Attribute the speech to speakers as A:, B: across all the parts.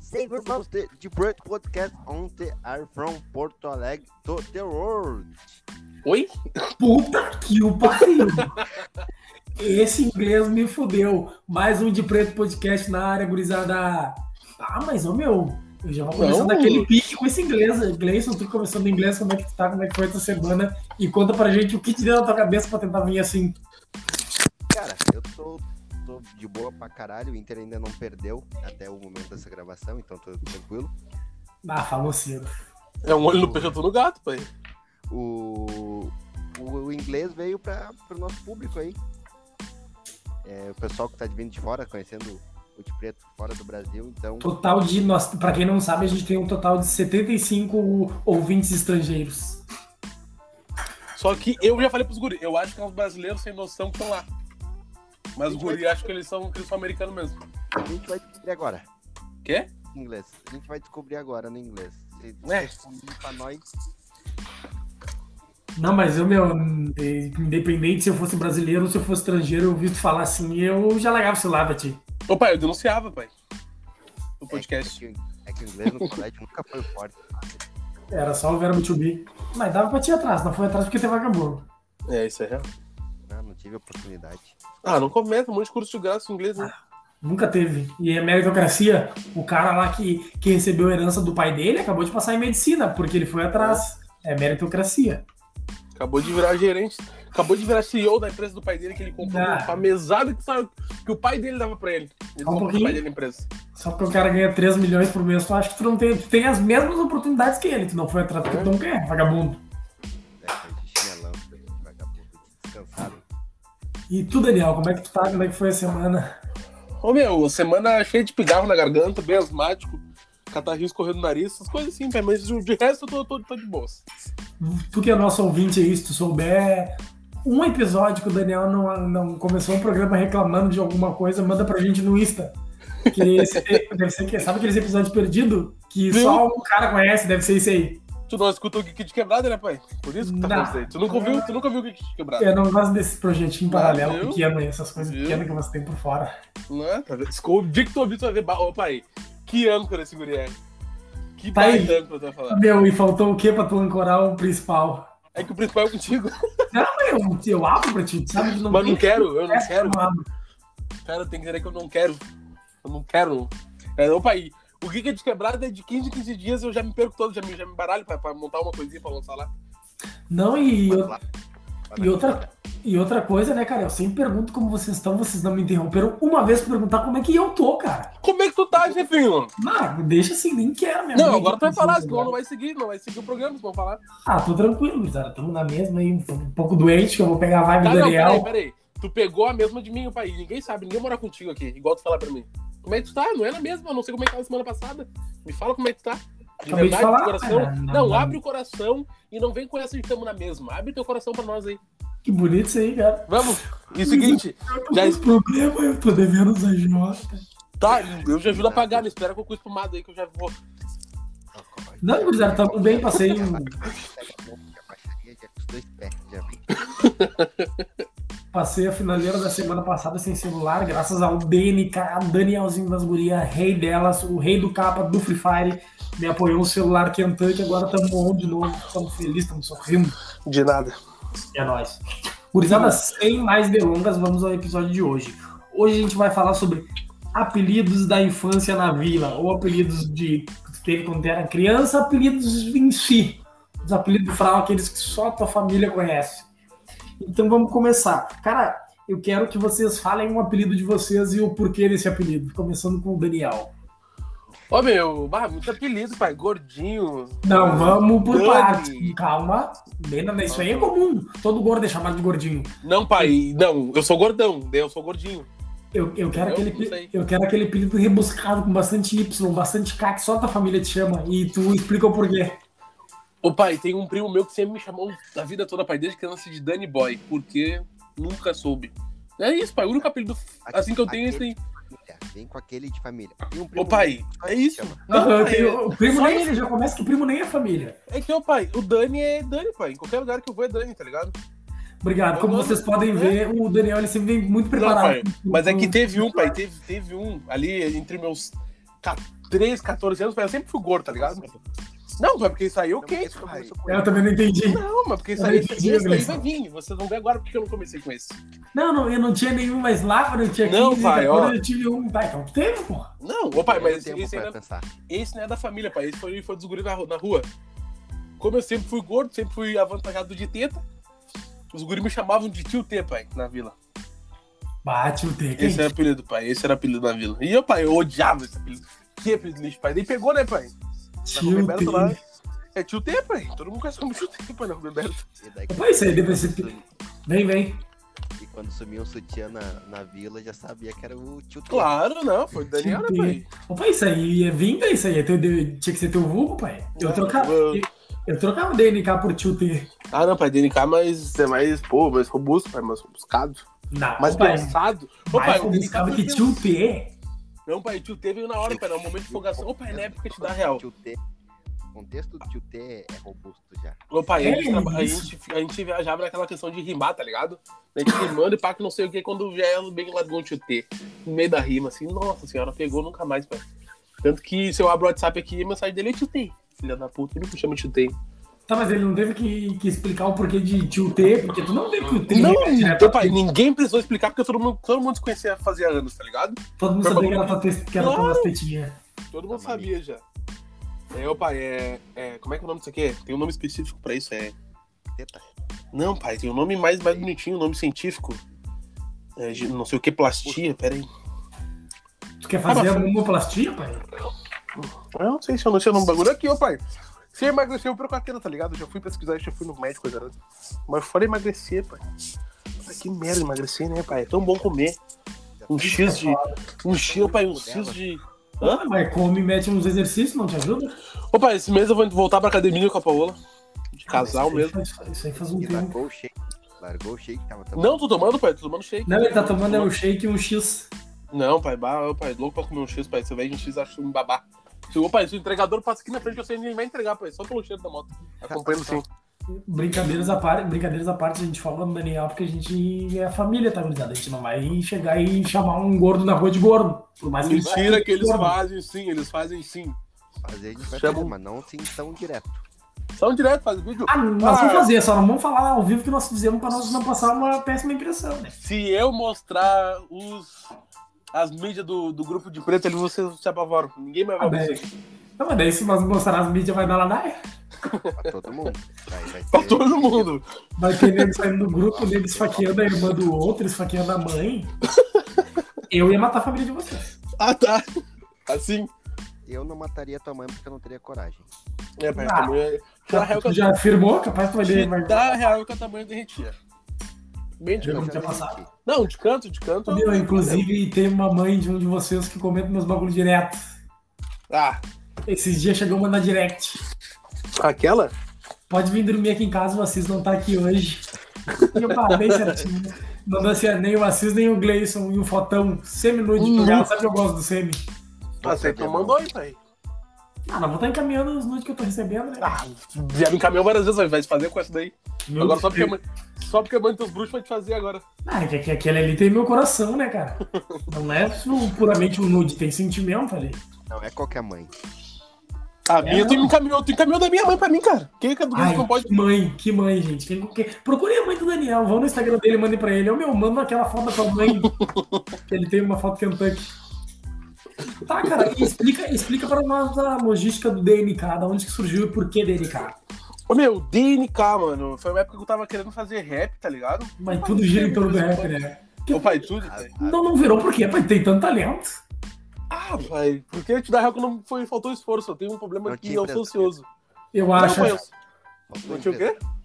A: Saver most the, the Brunch Podcast on the are from Porto Alegre to the world.
B: Oi?
C: Puta que o pariu! Esse inglês me fudeu. Mais um de preto podcast na área, gurizada. Ah, mas ô meu, eu já vou começando
B: Não.
C: aquele pique com esse inglês. Gleison, tu começando em inglês, como é que tu tá? Como é que foi essa semana? E conta pra gente o que te deu na tua cabeça pra tentar vir assim.
A: Cara, eu tô, tô de boa pra caralho. O Inter ainda não perdeu até o momento dessa gravação, então tô tranquilo.
C: Ah, falou cedo.
B: É um olho no peixe, outro no gato, pai.
A: O, o, o inglês veio pra, pro nosso público aí. É, o pessoal que tá vindo de fora, conhecendo o de preto fora do Brasil, então.
C: Total de. Nós, pra quem não sabe, a gente tem um total de 75 ouvintes estrangeiros.
B: Só que eu já falei pros guri, eu acho que é uns brasileiros sem noção que estão lá. Mas os guri acho que eles são, que eles são americanos mesmo.
A: A gente vai descobrir agora.
B: Quê?
A: Em inglês. A gente vai descobrir agora no inglês. Se
B: É.
A: se- pra nós,
C: Não, mas eu, meu, de- independente se eu fosse brasileiro ou se eu fosse estrangeiro, eu ouvi tu falar assim, eu já largava o celular pra ti.
B: Ô pai, eu denunciava, pai. No podcast.
A: É que, é que o inglês no colégio nunca foi forte.
C: Era só o verbo to be. Mas dava pra ti ir atrás, não foi atrás porque tem vagabundo.
B: É, isso é real.
A: Não, não tive oportunidade.
B: Ah, não comenta, um monte de curso de graça em inglês, né?
C: Nunca teve. E a meritocracia, o cara lá que, que recebeu a herança do pai dele acabou de passar em medicina, porque ele foi atrás. É meritocracia.
B: Acabou de virar gerente. Acabou de virar CEO da empresa do pai dele que ele comprou
C: Ah.
B: com a mesada que, saiu- que o pai dele dava pra ele. Ele
C: Só um
B: comprou o
C: pouquinho.
B: pai dele a empresa.
C: Só porque o cara ganha 3 milhões por mês, tu acha que tu não tem, tu tem as mesmas oportunidades que ele. Tu não foi atrás porque tu não quer, vagabundo.
A: É, foi de chinelão, foi de vagabundo, de descansado.
C: E tu, Daniel, como é que tu tá? Como é que foi a semana?
B: Ô meu, semana é cheia de pigarro na garganta, bem asmático, catarrinho escorrendo no nariz, essas coisas assim, pai. Mas de de resto eu tô, tô, tô de boas.
C: Tu que é nosso ouvinte aí, se tu souber um episódio que o Daniel não, não começou um programa reclamando de alguma coisa, manda pra gente no Insta. Que esse- deve ser que, sabe aqueles episódios perdidos? Que
B: Viu?
C: só um cara conhece, deve ser isso aí.
B: Tu não escuta o Geek de Quebrada, né, pai? Por isso que tá
C: Não.
B: acontecendo. isso aí. Tu nunca ouviu, tu nunca viu o Geek de Quebrada.
C: Eu não gosto desse projetinho paralelo
B: Ah, viu?
C: pequeno e essas coisas
B: Viu?
C: pequenas que você tem por fora.
B: Né? Tá vendo? O dia que tu ouvir, tu vai ver. ba- Ô, pai, que âncora esse guri é. Que
C: Tá aí.
B: baita âncora tu vai falar.
C: Meu, e faltou o que pra tu ancorar o principal?
B: É que o principal é contigo.
C: Não, eu, eu abro pra ti, tu sabe que não
B: Mas não
C: tem-
B: quero, eu não
C: Essa
B: quero.
C: eu abro.
B: Cara, tem que dizer que eu não quero. Eu não quero. É, opa, aí. O Geek de Quebrada é de 15 em 15 dias, eu já me perco todo, já me, já me baralho pra, pra montar uma coisinha pra lançar lá.
C: Não, e,
A: Mas
C: eu-
A: lá- lá
C: e
A: na-
C: outra, e outra coisa, né, cara? Eu sempre pergunto como vocês estão, vocês não me interromperam uma vez pra perguntar como é que eu tô, cara.
B: Como é que tu tá, Jefinho?
C: Não, deixa assim, nem quero mesmo.
B: Não,
C: nem
B: agora tu vai
C: quero,
B: falar,
C: assim,
B: senão não
C: cara.
B: vai seguir, não vai seguir o programa, senão vai falar. Tá,
C: Ah, tô tranquilo, Lizara. Tamo na mesma aí, tô um pouco doente, que eu vou pegar a vibe
B: Tá,
C: do
B: não,
C: Daniel.
B: peraí, peraí. Tu pegou a mesma de mim, pai. Ninguém sabe, ninguém mora contigo aqui, igual tu falar pra mim. Como é que tu tá? Não é na mesma, eu não sei como é que tava semana passada. Me fala como é que tu tá. De
C: Acabei de
B: verdade,
C: falar,
B: de coração.
C: cara,
B: Não,
C: não-
B: abre o coração e não vem com essa de tamo na mesma. Abre teu coração pra nós aí.
C: Que bonito isso aí, cara.
B: Vamos. E seguinte, Já
C: Esse problema, eu tô devendo os agiotas.
B: tá, eu já ajudo a pagar, não espera com o cu espumado aí que eu já vou.
C: Não, gurizada, tá tudo bem, passei um-
A: Pega a mão, já baixaria, já com os dois pés, já vi.
C: Passei a finaleira da semana passada sem celular, graças ao DNK, Danielzinho das Gurias, rei delas, o rei do capa do Free Fire. Me apoiou o celular Kentucky, agora estamos on de novo, estamos felizes, estamos sorrindo.
B: De nada.
C: É nóis. Gurizada, sem mais delongas, vamos ao episódio de hoje. Hoje a gente vai falar sobre apelidos da infância na vila, ou apelidos de que tu teve quando era criança, apelidos em si. Os apelidos fracos, aqueles que só a tua família conhece. Então vamos começar. Cara, eu quero que vocês falem um apelido de vocês e o porquê desse apelido, começando com o Daniel.
B: Ô meu, bah, muito apelido, pai. Gordinho.
C: Não, vamos por
B: Dani.
C: partes. Calma. Bem, Isso aí é comum. Todo gordo é chamado de gordinho.
B: Não, pai, não, eu sou gordão, daí eu sou gordinho.
C: Eu, eu, quero
B: Eu
C: aquele,
B: não
C: pe-
B: sei.
C: eu quero aquele apelido rebuscado com bastante Y, bastante K, que só a tua família te chama e tu explica o porquê.
B: Ô pai, tem um primo meu que sempre me chamou da vida toda, pai, desde criança de Danny Boy, porque nunca soube. É isso, pai, o único apelido assim que eu tenho é esse aí.
A: Família, Vem com aquele de família. Tem um primo
B: Ô pai,
A: meu que
B: é isso.
A: chama.
B: Não,
C: Aham,
B: pai,
C: tem- o primo
B: só
C: nem
B: isso.
C: já começa que o primo nem é família.
B: É que, ô pai, o Dani é Dani, pai. Em qualquer lugar que eu vou é Dani, tá ligado?
C: Obrigado.
B: Eu
C: Como
B: não-
C: vocês podem ver, o Daniel ele sempre vem muito
B: é? Não, é pai,
C: preparado.
B: mas é que teve um, pai, teve, teve um ali entre meus 13, 14 anos, eu sempre fui gordo, tá ligado? Não, mas porque isso aí é ok,
A: Não,
B: pai.
A: mas tu começou com
C: Eu também não entendi.
B: Não, mas porque isso
C: Eu
B: aí,
C: não
B: isso
C: entendi,
B: aí
C: Gleison.
B: vai vir. Vocês vão ver agora porque eu não comecei com esse.
C: Não, não, eu não tinha nenhum mais lá, eu tinha 15,
B: Não, pai,
C: agora
B: ó.
C: eu tive um. Tá, então teve, porra.
B: Não, ô pai,
A: Eu
B: mas
A: tenho
B: esse,
A: um pra
B: ainda-
A: pensar.
B: esse não é da família, pai. Esse foi, foi dos guris na, ru- na rua. Como eu sempre fui gordo, sempre fui avantajado de teta, os guris me chamavam de tio T, pai, na vila.
C: Bate o T,
B: Esse é era
C: quem?
B: o apelido, pai. Esse era o apelido na vila. E eu, pai, eu odiava esse apelido. Que apelido lixo, pai. Nem pegou, né, pai? Na Rua
C: Tio
B: Roberto lá.
C: T.
B: É tio T, pai. Todo mundo conhece como tio T, pai, na Rua Roberto.
A: E daí,
C: Pô, isso aí deve ser- Vem, vem.
A: E quando sumiu o sutiã na, na vila, já sabia que era o tio T.
B: Claro, não. Foi o Daniel, né,
C: Tio
B: pai?
C: Opa, isso aí é vinda, isso aí é teu, de- tinha que ser teu vulgo, pai. Eu
B: Não,
C: trocava,
B: eu-
C: eu, eu trocava o DNK por tio T.
B: Ah, não, pai. DNK é mais, é mais, pô, mais robusto, pai. Mais robuscado.
C: Não, é
B: Mais
C: Ah, pai.
B: pensado. Ô,
C: Mas
B: pai, o
C: como
B: DNK
C: buscava
B: foi um
C: que tio T.
B: Não, pai, tio T veio na hora, pai. É um momento de folgação. Ô, pai, na época te dá real.
A: Tio T- O contexto do tio T é robusto já.
B: Ô, pai, a gente,
C: É
B: traba- a
C: isso.
B: gente- a gente viajava naquela questão de rimar, tá ligado? A gente rimando e pá, que não sei o que, quando já é bem largou um tio T. No meio da rima, assim, nossa senhora, pegou nunca mais, pai. Tanto que se eu abro o WhatsApp aqui, a mensagem dele é tio T. Filha da puta, ele me chama tio T.
C: Tá, mas ele não teve que, que explicar o porquê de tio T, porque tu não vê que o T
B: Não,
C: é direto
B: então,
C: a
B: pai,
C: ti.
B: ninguém precisou explicar, porque todo mundo, todo mundo se conhecia fazia anos, tá ligado?
C: Todo mundo
B: Foi
C: sabia que
B: bagulho
C: era tua testa- que era
B: Claro.
C: tua tetinhas.
B: Todo mundo
A: Tá
B: sabia já. É, ô, pai, é, é. Como é que é o nome disso aqui? Tem um nome específico pra isso, é.
A: Teta.
B: Não, pai, tem um nome mais, mais bonitinho, um nome científico. É, ge- não sei o que, plastia, peraí.
C: Tu quer fazer
B: Ah,
C: a
B: mas-
C: mamoplastia, pai?
B: Eu Ah, não sei se eu não sei o nome do bagulho aqui, ô pai. Se eu emagrecer, eu perco a tela, tá ligado? Eu já fui pesquisar, eu já fui no médico, coisa errada. Mas fora emagrecer, pai. Ai, Que merda emagrecer, né, pai? É tão bom comer.
A: tá
B: Um
A: é
B: X de. Um X, ô, pai, um X de. Hã?
C: Ah, mas come e mete uns exercícios, não te ajuda?
B: Ô pai, esse mês eu vou voltar pra academia com a Paola. De casal
C: Isso aí
B: mesmo.
C: faz- Isso aí faz um
A: E
C: tempo.
A: largou o shake. Largou o shake, tava tão
B: Não, tô tomando, pai, tô tomando shake.
C: Não, ele tá tomando é um shake e um X.
B: Não, pai, bah, eu, pai, louco pra comer um X, pai. Você vende um X, acho um babá. Se, ô, pai, se o entregador passa aqui na frente, eu sei nem vai entregar, pai. Só pelo cheiro da moto. Acompanhando sim.
C: Brincadeiras à, parte, brincadeiras à parte, a gente fala do Daniel porque a gente é a família, tá, gurizada? A gente não vai chegar e chamar um gordo na rua de gordo. Por mais que ele
B: Mentira
C: saiba
B: que eles
C: gordo.
B: fazem sim, eles fazem sim.
A: fazer, a gente vai
B: Chama
A: fazer,
B: um-
A: mas não assim tão direto.
B: São direto, fazem vídeo.
C: Ah, nós
B: Ah.
C: vamos fazer, só não vamos falar ao vivo que nós fizemos pra nós não passar uma péssima impressão, né?
B: Se eu mostrar os. As mídias do, do grupo de preto ali, vocês se apavoram. Ninguém mais vai
C: Ah,
B: ver.
C: daí-
B: isso aqui.
C: Não, mas daí se nós mostrar as mídias vai dar ladaia.
A: Pra todo mundo. Vai, vai
B: Pra
A: ser-
B: todo mundo.
C: Vai ter nego saindo do grupo, nego esfaqueando a irmã do outro, esfaqueando a mãe. Eu ia matar a família de vocês.
B: Ah, tá. Assim.
A: Eu não mataria tua mãe porque eu não teria coragem.
B: É, pai,
C: Ah.
B: a mulher. Tá real que
C: Tu
B: a-
C: já afirmou? Capaz tu vai
B: te
C: ler, mas...
B: dá real que a tamanho derretia. Bem de
C: Eu
A: Eu
B: canto.
C: já
A: desisti.
C: passado.
B: Não, de canto, de canto.
C: Meu, inclusive, tem uma mãe de um de vocês que comenta meus bagulhos direto.
B: Ah,
C: Esses dias chegou uma na direct.
B: aquela?
C: Pode vir dormir aqui em casa, o Assis não tá aqui hoje. E eu parei certinho. Não dá certo nem o Assis, nem o Gleison e o Fotão. Semi no editorial,
B: Uhum.
C: sabe que eu gosto do Semi?
B: Ah, você que mandou aí, pai.
C: Ah, não vou estar encaminhando os nudes que eu tô recebendo, né?
B: Ah, já me encaminhou várias vezes, ó, vai se fazer com essa daí.
C: Meu
B: agora só porque,
C: Deus.
B: eu- só porque eu mando teus bruxos vai te fazer agora.
C: Ah, que, que aquele ali tem meu coração, né, cara? Não é só puramente um nude, tem sentimento ali.
A: Não é qualquer mãe.
B: A minha, tu
C: Ah, não.
B: me encaminhou, tu encaminhou da minha mãe pra mim, cara. Quem é que é do
C: Ai,
B: grupo não pode.
C: que mãe, que mãe, gente. Quem, quem... Procurem a mãe do Daniel, vão no Instagram dele, mandem pra ele. Eu, meu, manda aquela foto da tua mãe. que ele tem uma foto Kentucky. Tá, cara, e explica, explica pra nós a logística do DNK, da onde que surgiu e por que DNK.
B: Ô meu, DNK, mano. Foi uma época que eu tava querendo fazer rap, tá ligado?
C: Mas tudo gira em torno do rap, né?
B: Ô pai, tudo.
A: A-
B: pai.
A: a-
C: Não, não virou por quê? Pai, tem tanto talento.
B: Ah, pai, porque eu te dar real que não foi, faltou esforço. Eu tenho um problema
A: Não
B: que
A: tinha
B: eu sou
A: empresa.
B: ansioso.
C: Eu
B: Não,
C: acho.
B: pai, eu-
A: faltou
B: Não tinha o quê?
A: empresa.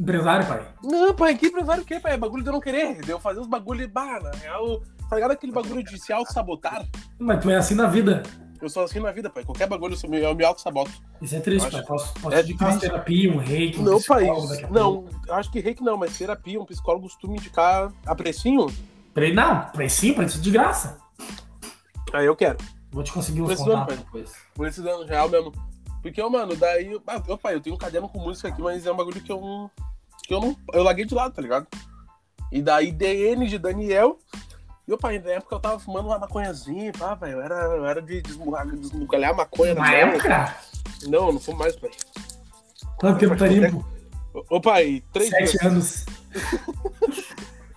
C: Empresário, pai.
B: Não, pai, que empresário o quê, pai? É bagulho de eu não querer. De eu fazer os bagulho, bah, na real. Tá ligado aquele bagulho de se auto-sabotar?
C: Mas tu é assim na vida.
B: Eu sou assim na vida, pai. Qualquer bagulho eu, sou meio- eu me auto-saboto.
C: Isso é triste,
B: Eu
C: pai.
B: acho-
C: Posso, posso
B: é
C: te indicar uma
B: triste.
C: terapia, um reiki, um
B: Não, pai.
C: psicólogo daqui a pouco.
B: Não, acho que reiki não, mas terapia, um psicólogo costuma indicar a precinho.
C: Pra ele, não, pra ele sim, pra isso de graça.
B: Aí eu quero.
C: Vou te conseguir um uns
B: Precisamos,
C: contatos
B: pai.
C: depois.
B: Por esse dano real mesmo. Porque, eu, mano, daí. eu- Ah, eu, pai, eu tenho um caderno com música aqui, mas é um bagulho que eu não. Que eu não. Eu larguei de lado, tá ligado? E daí DN de Daniel. E opa, na época eu tava fumando uma maconhazinha, pá, velho. Eu era, eu era de desmugalhar desmugalhar maconha.
C: Na época?
B: Não, eu não fumo mais, pai.
C: Quanto tempo tá limpo?
B: Ô, pai, três dias.
C: Sete anos.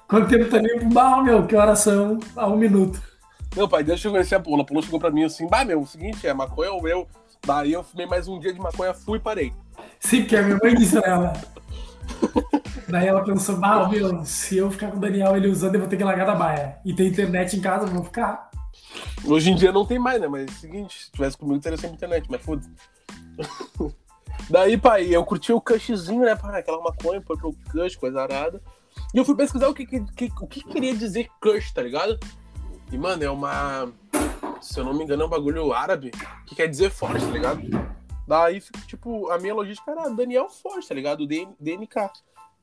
C: Quanto tempo tá limpo? Bah, meu, que horas são? Ah, um minuto.
B: Não, pai, deixa eu é conhecer a Pula. A Pula chegou pra mim assim, bah, meu, o seguinte, é maconha ou eu? Daí eu fumei mais um dia de maconha, fui e parei.
C: Sim, porque a minha mãe disse pra ela. Daí ela pensou, bah, meu, se eu ficar com o Daniel ele usando, eu vou ter que largar da baia. E tem internet em casa, eu vou ficar.
B: Hoje em dia não tem mais, né? Mas é o seguinte, se tivesse comigo, teria sempre internet, mas foda Daí, pai, eu curti o cushzinho, né, pai? Aquela maconha, purple cush, coisa arada. E eu fui pesquisar o que, que- que- o que queria dizer cush, tá ligado? E, mano, é uma... Se eu não me engano, é um bagulho árabe que quer dizer forte, tá ligado? Daí, fica, tipo, a minha logística era Daniel Forte, tá ligado? D- DNK.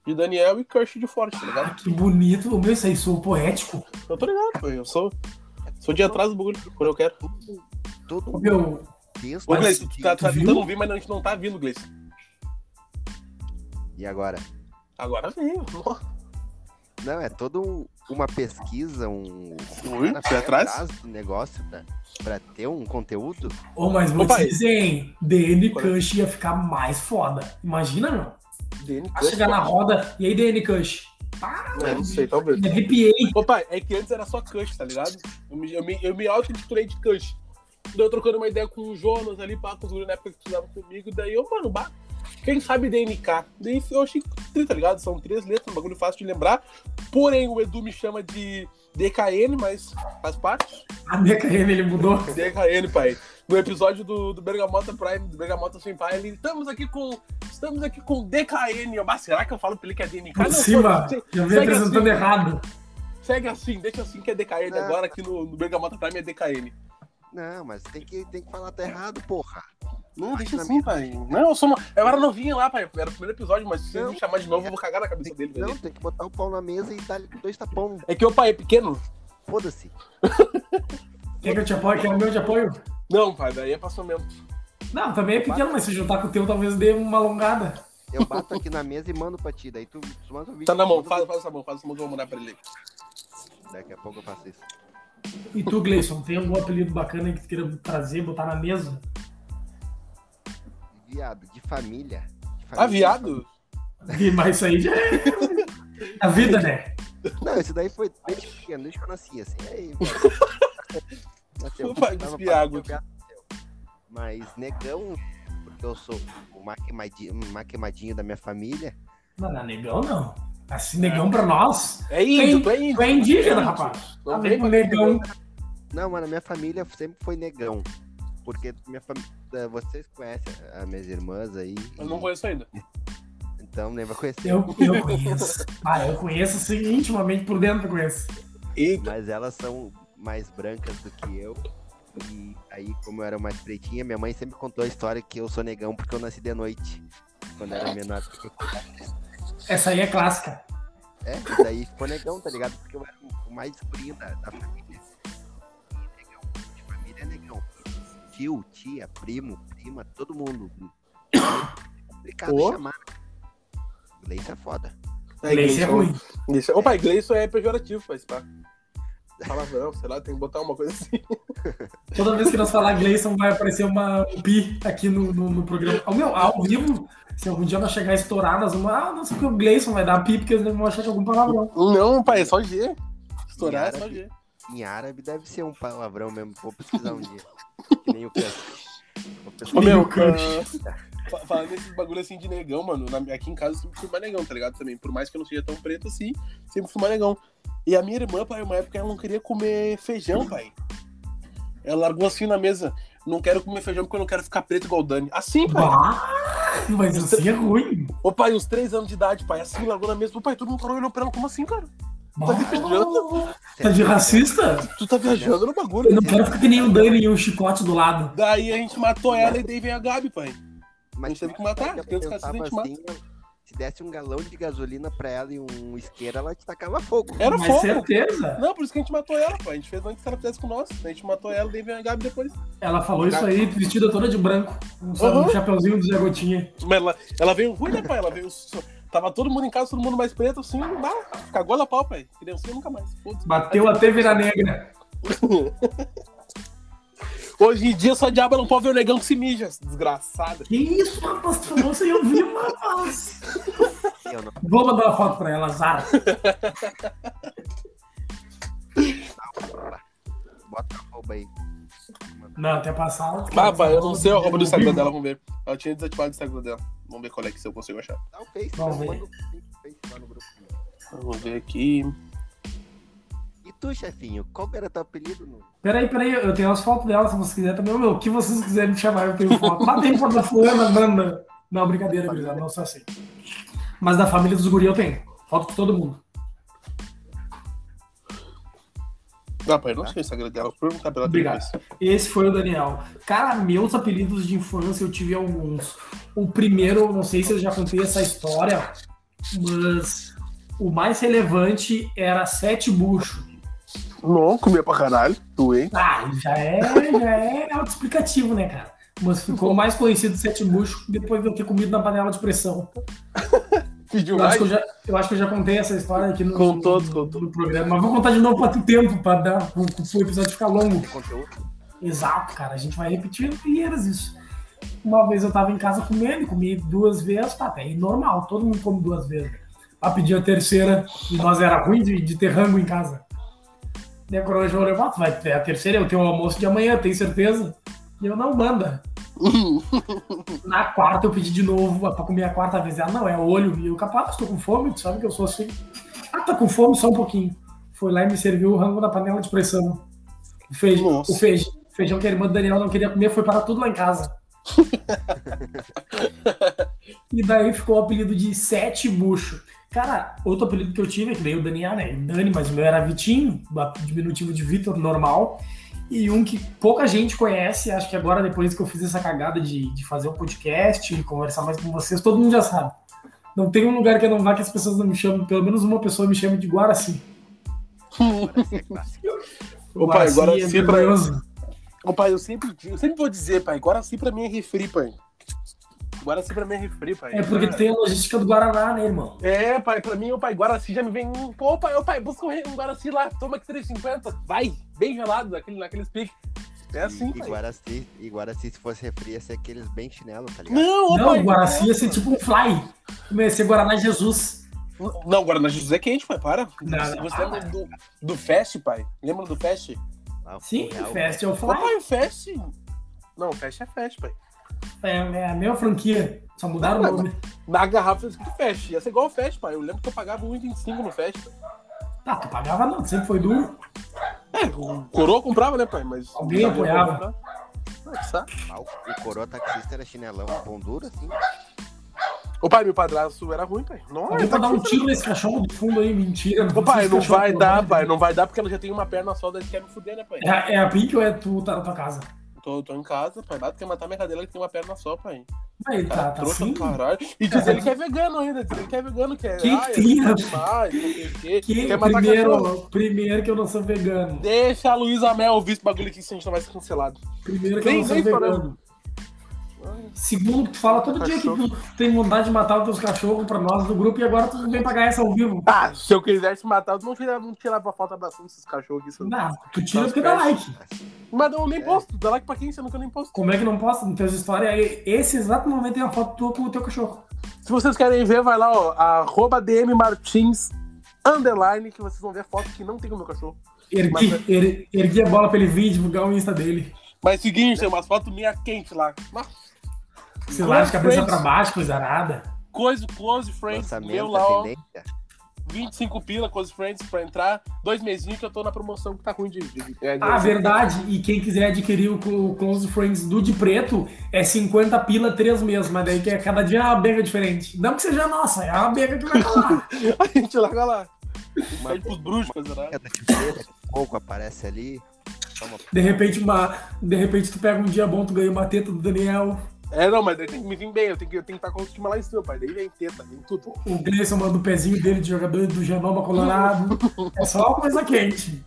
B: De Daniel e Cush de Forte, tá ligado?
C: Ah, que bonito. Meu, isso aí sou poético.
B: Eu tô ligado, pô. Eu sou. Sou de atrás do bagulho, quando eu quero.
A: Todo
C: Ô,
A: um
C: Meu,
A: texto.
B: Ô,
C: Mas
B: Gleice, tu tá,
C: tu
B: tá
C: viu?
B: tentando ouvir, mas a gente não tá vindo, Gleice.
A: E agora?
B: Agora veio. Nossa.
A: Não, é toda um- uma pesquisa, um.
B: Ui,
A: na
B: foi atrás?
A: do negócio pra, pra ter um conteúdo.
C: Ô, mas vou
B: Ô, pai.
C: te dizer, hein? DN
B: Qual é?
C: Cush ia ficar mais foda. Imagina, meu.
B: DNK.
C: Vai chegar na roda, e aí, DN Cush? Para,
B: É, não sei, talvez.
C: é VPA.
B: Ô, pai, é que antes era só Cush, tá ligado? Eu me, eu me, eu me auto-intitulei de Cush. Daí eu trocando uma ideia com o Jonas ali, pá, com os guri na época que estudavam comigo. Daí eu, mano, bah, quem sabe DNK? Daí eu achei que, tá ligado? São três letras, um bagulho fácil de lembrar. Porém, o Edu me chama de DKN, mas faz parte.
C: A minha carreira ele mudou.
B: DKN, pai. No episódio do, do Bergamota Prime, do Bergamota Sem Pai, ele, estamos aqui com. Estamos aqui com DKN. Eu, "Bah, será que eu falo pra ele que é DNK?
C: Por
B: Não,
C: cima,
B: foda-se.
C: eu me
B: Segue
C: apresentando
B: assim.
C: errado.
B: Segue assim, deixa assim que é DKN
A: Não.
B: agora, aqui no, no Bergamota Prime é DKN.
A: Não, mas tem que, tem que falar tá errado, porra.
B: Não,
A: deixa assim,
B: pai. Não, eu sou. uma- Eu era novinho lá, pai. Era o primeiro episódio, mas se
A: Não.
B: ele me chamar de novo, eu vou cagar na cabeça dele, velho.
A: Não, tem que botar o pau na mesa e dar dois tapão.
B: É que o pai é pequeno?
A: Foda-se.
C: Quer que eu te apoie? Quer o meu de apoio?
B: Não, pai, daí é passamento.
C: Não, também é pequeno, mas se juntar com o teu, talvez dê uma alongada.
A: Eu bato aqui na mesa e mando pra ti. Daí tu, tu manda o vídeo.
B: Tá na mão,
A: manda o
B: faz, faz essa mão, faz essa mão que eu vou mandar pra ele.
A: vídeo. Daqui a pouco eu faço isso.
C: E tu, Gleison, tem algum apelido bacana que tu queira trazer, botar na mesa?
A: Viado, de família. De família.
B: Ah, viado?
C: Vi, Mas isso aí já é a vida, né?
A: Não, isso daí foi desde pequeno, desde que eu nasci, assim. Aí,
B: O pai
A: Tava
B: cuspir água.
A: parado, nasceu. Mas negão, porque eu sou o mais queimadinho, mais queimadinho da minha família.
C: Não, não, negão não. Assim, negão pra nós.
B: É índio, tu é
C: Tu
B: índio.
C: é indígena, rapaz.
B: Não
C: Tá
B: tem
C: vendo com negão.
A: Não, mano, a minha família sempre foi negão. Porque minha família. Vocês conhecem as minhas irmãs aí.
B: Eu não conheço ainda.
A: Então nem vai conhecer.
C: Eu, eu conheço. Ah, eu conheço assim, intimamente por dentro eu conheço.
B: Eita.
A: Mas elas são mais brancas do que eu. E aí, como eu era mais pretinha, minha mãe sempre contou a história que eu sou negão porque eu nasci de noite. Quando eu era menor.
C: Essa aí é clássica.
A: É, e daí ficou negão, tá ligado? Porque eu era o mais escurinho da, da família. E negão, de família é negão. Tio, tia, primo, prima, todo mundo. Complicado
B: Pô.
A: chamar. Gleice é foda.
C: Leite é ruim.
B: Isso. Ô, pai, Gleison é pejorativo, pai. Pá. Palavrão, sei lá, tem que botar uma coisa assim.
C: Toda vez que nós falar Gleison, vai aparecer uma um pi aqui no, no, no programa. Ao, meu, ao vivo, se algum dia nós chegar a estourar, nós vamos. Ah, não sei o que o Gleison vai dar pi, porque eles vão achar que é algum palavrão.
B: Não, pai, é só G. Estourar é só G.
A: Em árabe deve ser um palavrão mesmo. Vou pesquisar um dia. Que nem o canto. Vou pesquisar.
B: Ô, meu,
C: Meu crush.
B: ah, fa- falando desses bagulho assim de negão, mano, na- aqui em casa eu sempre fui mais negão, tá ligado? Também, por mais que eu não seja tão preto assim, sempre fui mais negão. E a minha irmã, pai, uma época ela não queria comer feijão, pai. Ela largou assim na mesa. Não quero comer feijão porque eu não quero ficar preto igual o Dani. Assim, pai.
C: Ah, mas assim é ruim.
B: Ô, pai, uns três anos de idade, pai, assim largou na mesa. Ô, pai, todo mundo parou olhando pra ela. Como assim, cara?
C: Bah,
B: Tá viajando?
C: Tá de racista?
B: Tu tá viajando no bagulho.
A: né?
C: Eu não quero ficar que nem o Dani e o chicote do lado.
B: Daí a gente matou ela e daí vem a Gabi, pai.
A: Mas
B: Não teve que matar,
A: eu
B: tem uns caras que
A: pensava
B: a gente mata.
A: assim, se desse um galão de gasolina pra ela e um isqueiro, ela te tacava fogo.
B: Era
C: mas
B: fogo.
C: certeza.
B: Não, por isso que a gente matou ela, pai. A gente fez antes que ela fizesse com nós. A gente matou ela, daí vem a Gabi depois.
C: Ela falou isso aí, vestida toda de branco. Um, sabe, um
B: Uhum.
C: chapeuzinho de Zé Gotinha.
B: Mas ela, ela veio ruim, né, pai? Ela veio. só- Tava todo mundo em casa, todo mundo mais preto, assim, não dá. Cagou na pau, pai. Criancinha nunca mais. Foda-se.
C: Bateu até virar negra.
B: Hoje em dia só diabo não pode ver o negão que se mija, desgraçada.
C: Que isso, rapaz? Tu falou isso aí, eu vi, rapaz.
A: Eu não
C: Vou mandar uma foto pra ela, Zara.
A: boto a roupa aí.
C: Não, até passado.
B: Ah, pai, eu não sei a roupa do Instagram dela, vamos ver. Ela tinha desativado o Instagram dela. Vamos ver qual é que se eu consigo achar.
A: Dá um o Face,
C: Vamos
A: não,
C: ver.
A: manda o link do Face lá no grupo.
B: Vamos ver aqui.
A: E tu, chefinho, qual que era teu apelido? No...
C: Peraí, peraí, eu tenho as fotos dela, se vocês quiserem também. Meu, o que vocês quiserem me chamar, eu tenho foto. Mas tem foto da fulana, Nanda. Não, brincadeira, gurizada, não só assim. Mas da família dos guri eu tenho. Foto de todo mundo.
B: Ah, pai, eu
A: Tá.
B: não sei o Instagram dela. Vou perguntar pra ela
C: Obrigado.
B: depois.
C: Esse foi o Daniel. Cara, meus apelidos de infância eu tive alguns. O primeiro, eu não sei se eu já contei essa história, mas o mais relevante era Sete Bucho.
B: Não, comia pra caralho. Tu, hein?
C: Ah, já é, já é autoexplicativo, né, cara? Mas ficou mais conhecido Sete Bucho depois de eu ter comido na panela de pressão.
B: Pediu
C: Eu acho,
B: mais?
C: que eu, já, eu acho que eu já contei essa história aqui no,
B: Contou,
C: no,
B: contou.
C: no programa, mas vou contar de novo para ter tempo, para dar pro pro episódio ficar longo.
A: Tem conteúdo?
C: Exato, cara. A gente vai repetindo e era isso. Uma vez eu tava em casa comendo, comi duas vezes, tá bem normal, todo mundo come duas vezes. Pra pedir a terceira, e nós era ruim de, de ter rango em casa. Daí a coroa já olhou, "Ah, tu vai ter a terceira, eu tenho o almoço de amanhã, tem certeza? E eu não manda. Na quarta eu pedi de novo é pra comer a quarta vez. Ela, não, é olho. E eu, capaz, tô com fome, tu sabe que eu sou assim. Ah, tá com fome só um pouquinho. Foi lá e me serviu o rango na panela de pressão. O feijão,
B: Nossa.
C: o feijão, feijão que a irmã do Daniel não queria comer foi para tudo lá em casa. e daí ficou o apelido de Sete Bucho. Cara, outro apelido que eu tive, é que daí o Daniel, né? Dani, mas o meu era Vitinho, diminutivo de Vitor, normal. E um que pouca gente conhece, acho que agora, depois que eu fiz essa cagada de, de fazer um podcast e conversar mais com vocês, todo mundo já sabe. Não tem um lugar que eu não vá que as pessoas não me chamem, pelo menos uma pessoa me chame de Guaraci.
A: Parece que é clássico.
B: Ô, pai, Guaraci é pra-
C: é maravilhoso.
B: Ô, pai, eu sempre, digo- eu sempre vou dizer, pai, Guaraci pra mim é refri, pai. Guaraci pra mim é refri, pai.
C: É porque tu tem a logística do Guaraná, né, irmão?
B: É, pai, pra mim, o pai Guaraci já me vem. um, Pô, pai, ô, pai, busca um re- um Guaraci lá, toma aqui 350. Vai, bem gelado, naquele, naqueles piques. É assim,
A: e, e,
B: pai.
A: Guaraci, e Guaraci, se fosse refri, ia ser aqueles bem chinelo, tá ligado?
B: Não, ô,
C: Não,
B: pai.
C: o Guaraci
B: é.
C: ia ser tipo um fly. Ia ser Guaraná Jesus.
B: Não, Guaraná Jesus é quente, pai, para.
C: Não, não,
B: Você
C: para.
B: lembra do, do Fest, pai? Lembra do Fest?
A: Lá, o
C: Sim,
A: real.
C: Fest é o
B: Ô,
C: fly.
B: pai, o Fest. Não, o Fest é Fest, pai.
C: É, é a mesma franquia. Só mudaram o
B: Não,
C: nome.
B: Na garrafa do Fest. Ia ser igual o Fest, pai. Eu lembro que eu pagava 1,25 no Fest.
C: Tá, tu pagava não, sempre foi duro.
B: É, o Coroa comprava, né, pai? Mas.
C: Alguém
B: Não,
C: apoiava.
B: Ah, que saco.
A: Ah, o- O coroa taxista era chinelão, pão duro assim.
B: Ô, pai, meu padrasto era ruim, pai. Não,
C: Alguém
B: era
C: pra dar um
B: taxista.
C: tiro nesse cachorro do fundo aí, mentira.
B: Ô, pai,
C: Esse
B: não
C: cachorro,
B: vai
C: pelo amor
B: dar,
C: de
B: pai.
C: Deus.
B: Não vai dar porque ela já tem uma perna só, daí quer me fuder, né, pai?
C: É, é a Pink ou é tu tá na tua casa?
B: Tô, tô em casa, pai. Nada quer matar minha cadeira, ele tem uma perna só, pai.
C: Aí, tá, tá
B: Trouxa
C: assim.
B: do caralho. E diz ele que é vegano ainda. Diz ele que é vegano, que é.
C: Que
B: ai, é
C: cria,
B: demais, não sei o quê.
C: Que
B: Quer matar cachorro.
C: primeiro, primeiro que eu não sou vegano.
B: Deixa a Luísa Mel ouvir esse bagulho aqui, senão a gente não vai ser cancelado.
C: Primeiro que eu
B: Nem-
C: não sou
B: nem
C: vegano. Segundo, que tu fala todo dia que
B: Cachorro.
C: tu tem vontade de matar os teus cachorros pra nós do grupo e agora tu vem pagar essa ao vivo.
B: Ah, se eu quisesse matar, eu não tirava, não tirava foto abraçando esses cachorros aqui. senão-
C: Não, tu
B: Tá
C: tira porque dá like.
B: Mas eu
C: É.
B: nem posto. Dá like pra quem, sendo que eu nem posto.
C: Como é que não posta nos teus stories? Aí, esse exato momento tem uma foto tua com o teu cachorro.
B: Se vocês querem ver, vai lá, ó, arroba DM Martins, underline, que vocês vão ver a foto que não tem com o meu cachorro.
C: Ergui,
B: Mas- é-
C: er- ergui a bola pra ele vir e divulgar o Insta dele.
B: Mas é seguinte, tem umas fotos minha quente lá. Mas
C: Sei lá, de
B: Close
C: cabeça
B: friends.
C: pra baixo, coisa arada.
B: Coisa, Close Friends, meu
A: Lançamento,
B: lá,
A: a
B: ó,
A: tendência.
B: 25 pila, Close Friends pra entrar. Dois mesinhos que eu tô na promoção que tá ruim de... de, é, de-
C: Ah, verdade. E quem quiser adquirir o Clo- o Close Friends do de preto é 50 pila três meses, mas daí que é cada dia é uma bega diferente. Não que seja nossa, é uma bega que vai calar.
B: A gente larga lá. Pede pros bruxos, coisa né?
A: Queda de preta, daqui a pouco aparece ali. Toma
C: De repente, uma, de repente tu pega um dia bom, tu ganha uma teta do Daniel,
B: É, não, mas daí tem que me vir bem, eu tenho que, eu tenho que estar com o time lá em cima, pai. Daí é vem teta, vem tá tudo.
C: o Gleison manda o pezinho dele de jogador do Genoma Colorado. É só uma coisa quente.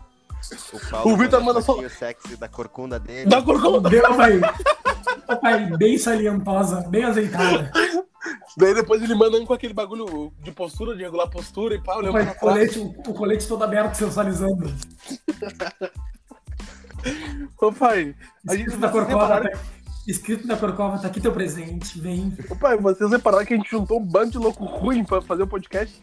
A: o Paulo.
B: O Vitor manda só-
A: O sexy da corcunda dele.
C: Então,
B: Dá corcunda.
C: Deu, pai. Pai, bem salientosa, bem azeitada.
B: Daí depois ele manda um com aquele bagulho de postura, de regular postura e pau, né? lembra?
C: Mas o colete, o colete todo aberto, sensualizando.
B: Ô pai, a gente
C: Escrito da
B: vocês
C: Corcova,
B: repararam,
C: tá, escrito da Corcova, tá aqui teu presente, vem.
B: Ô, pai, vocês repararam que a gente juntou um bando de louco ruim pra fazer o podcast?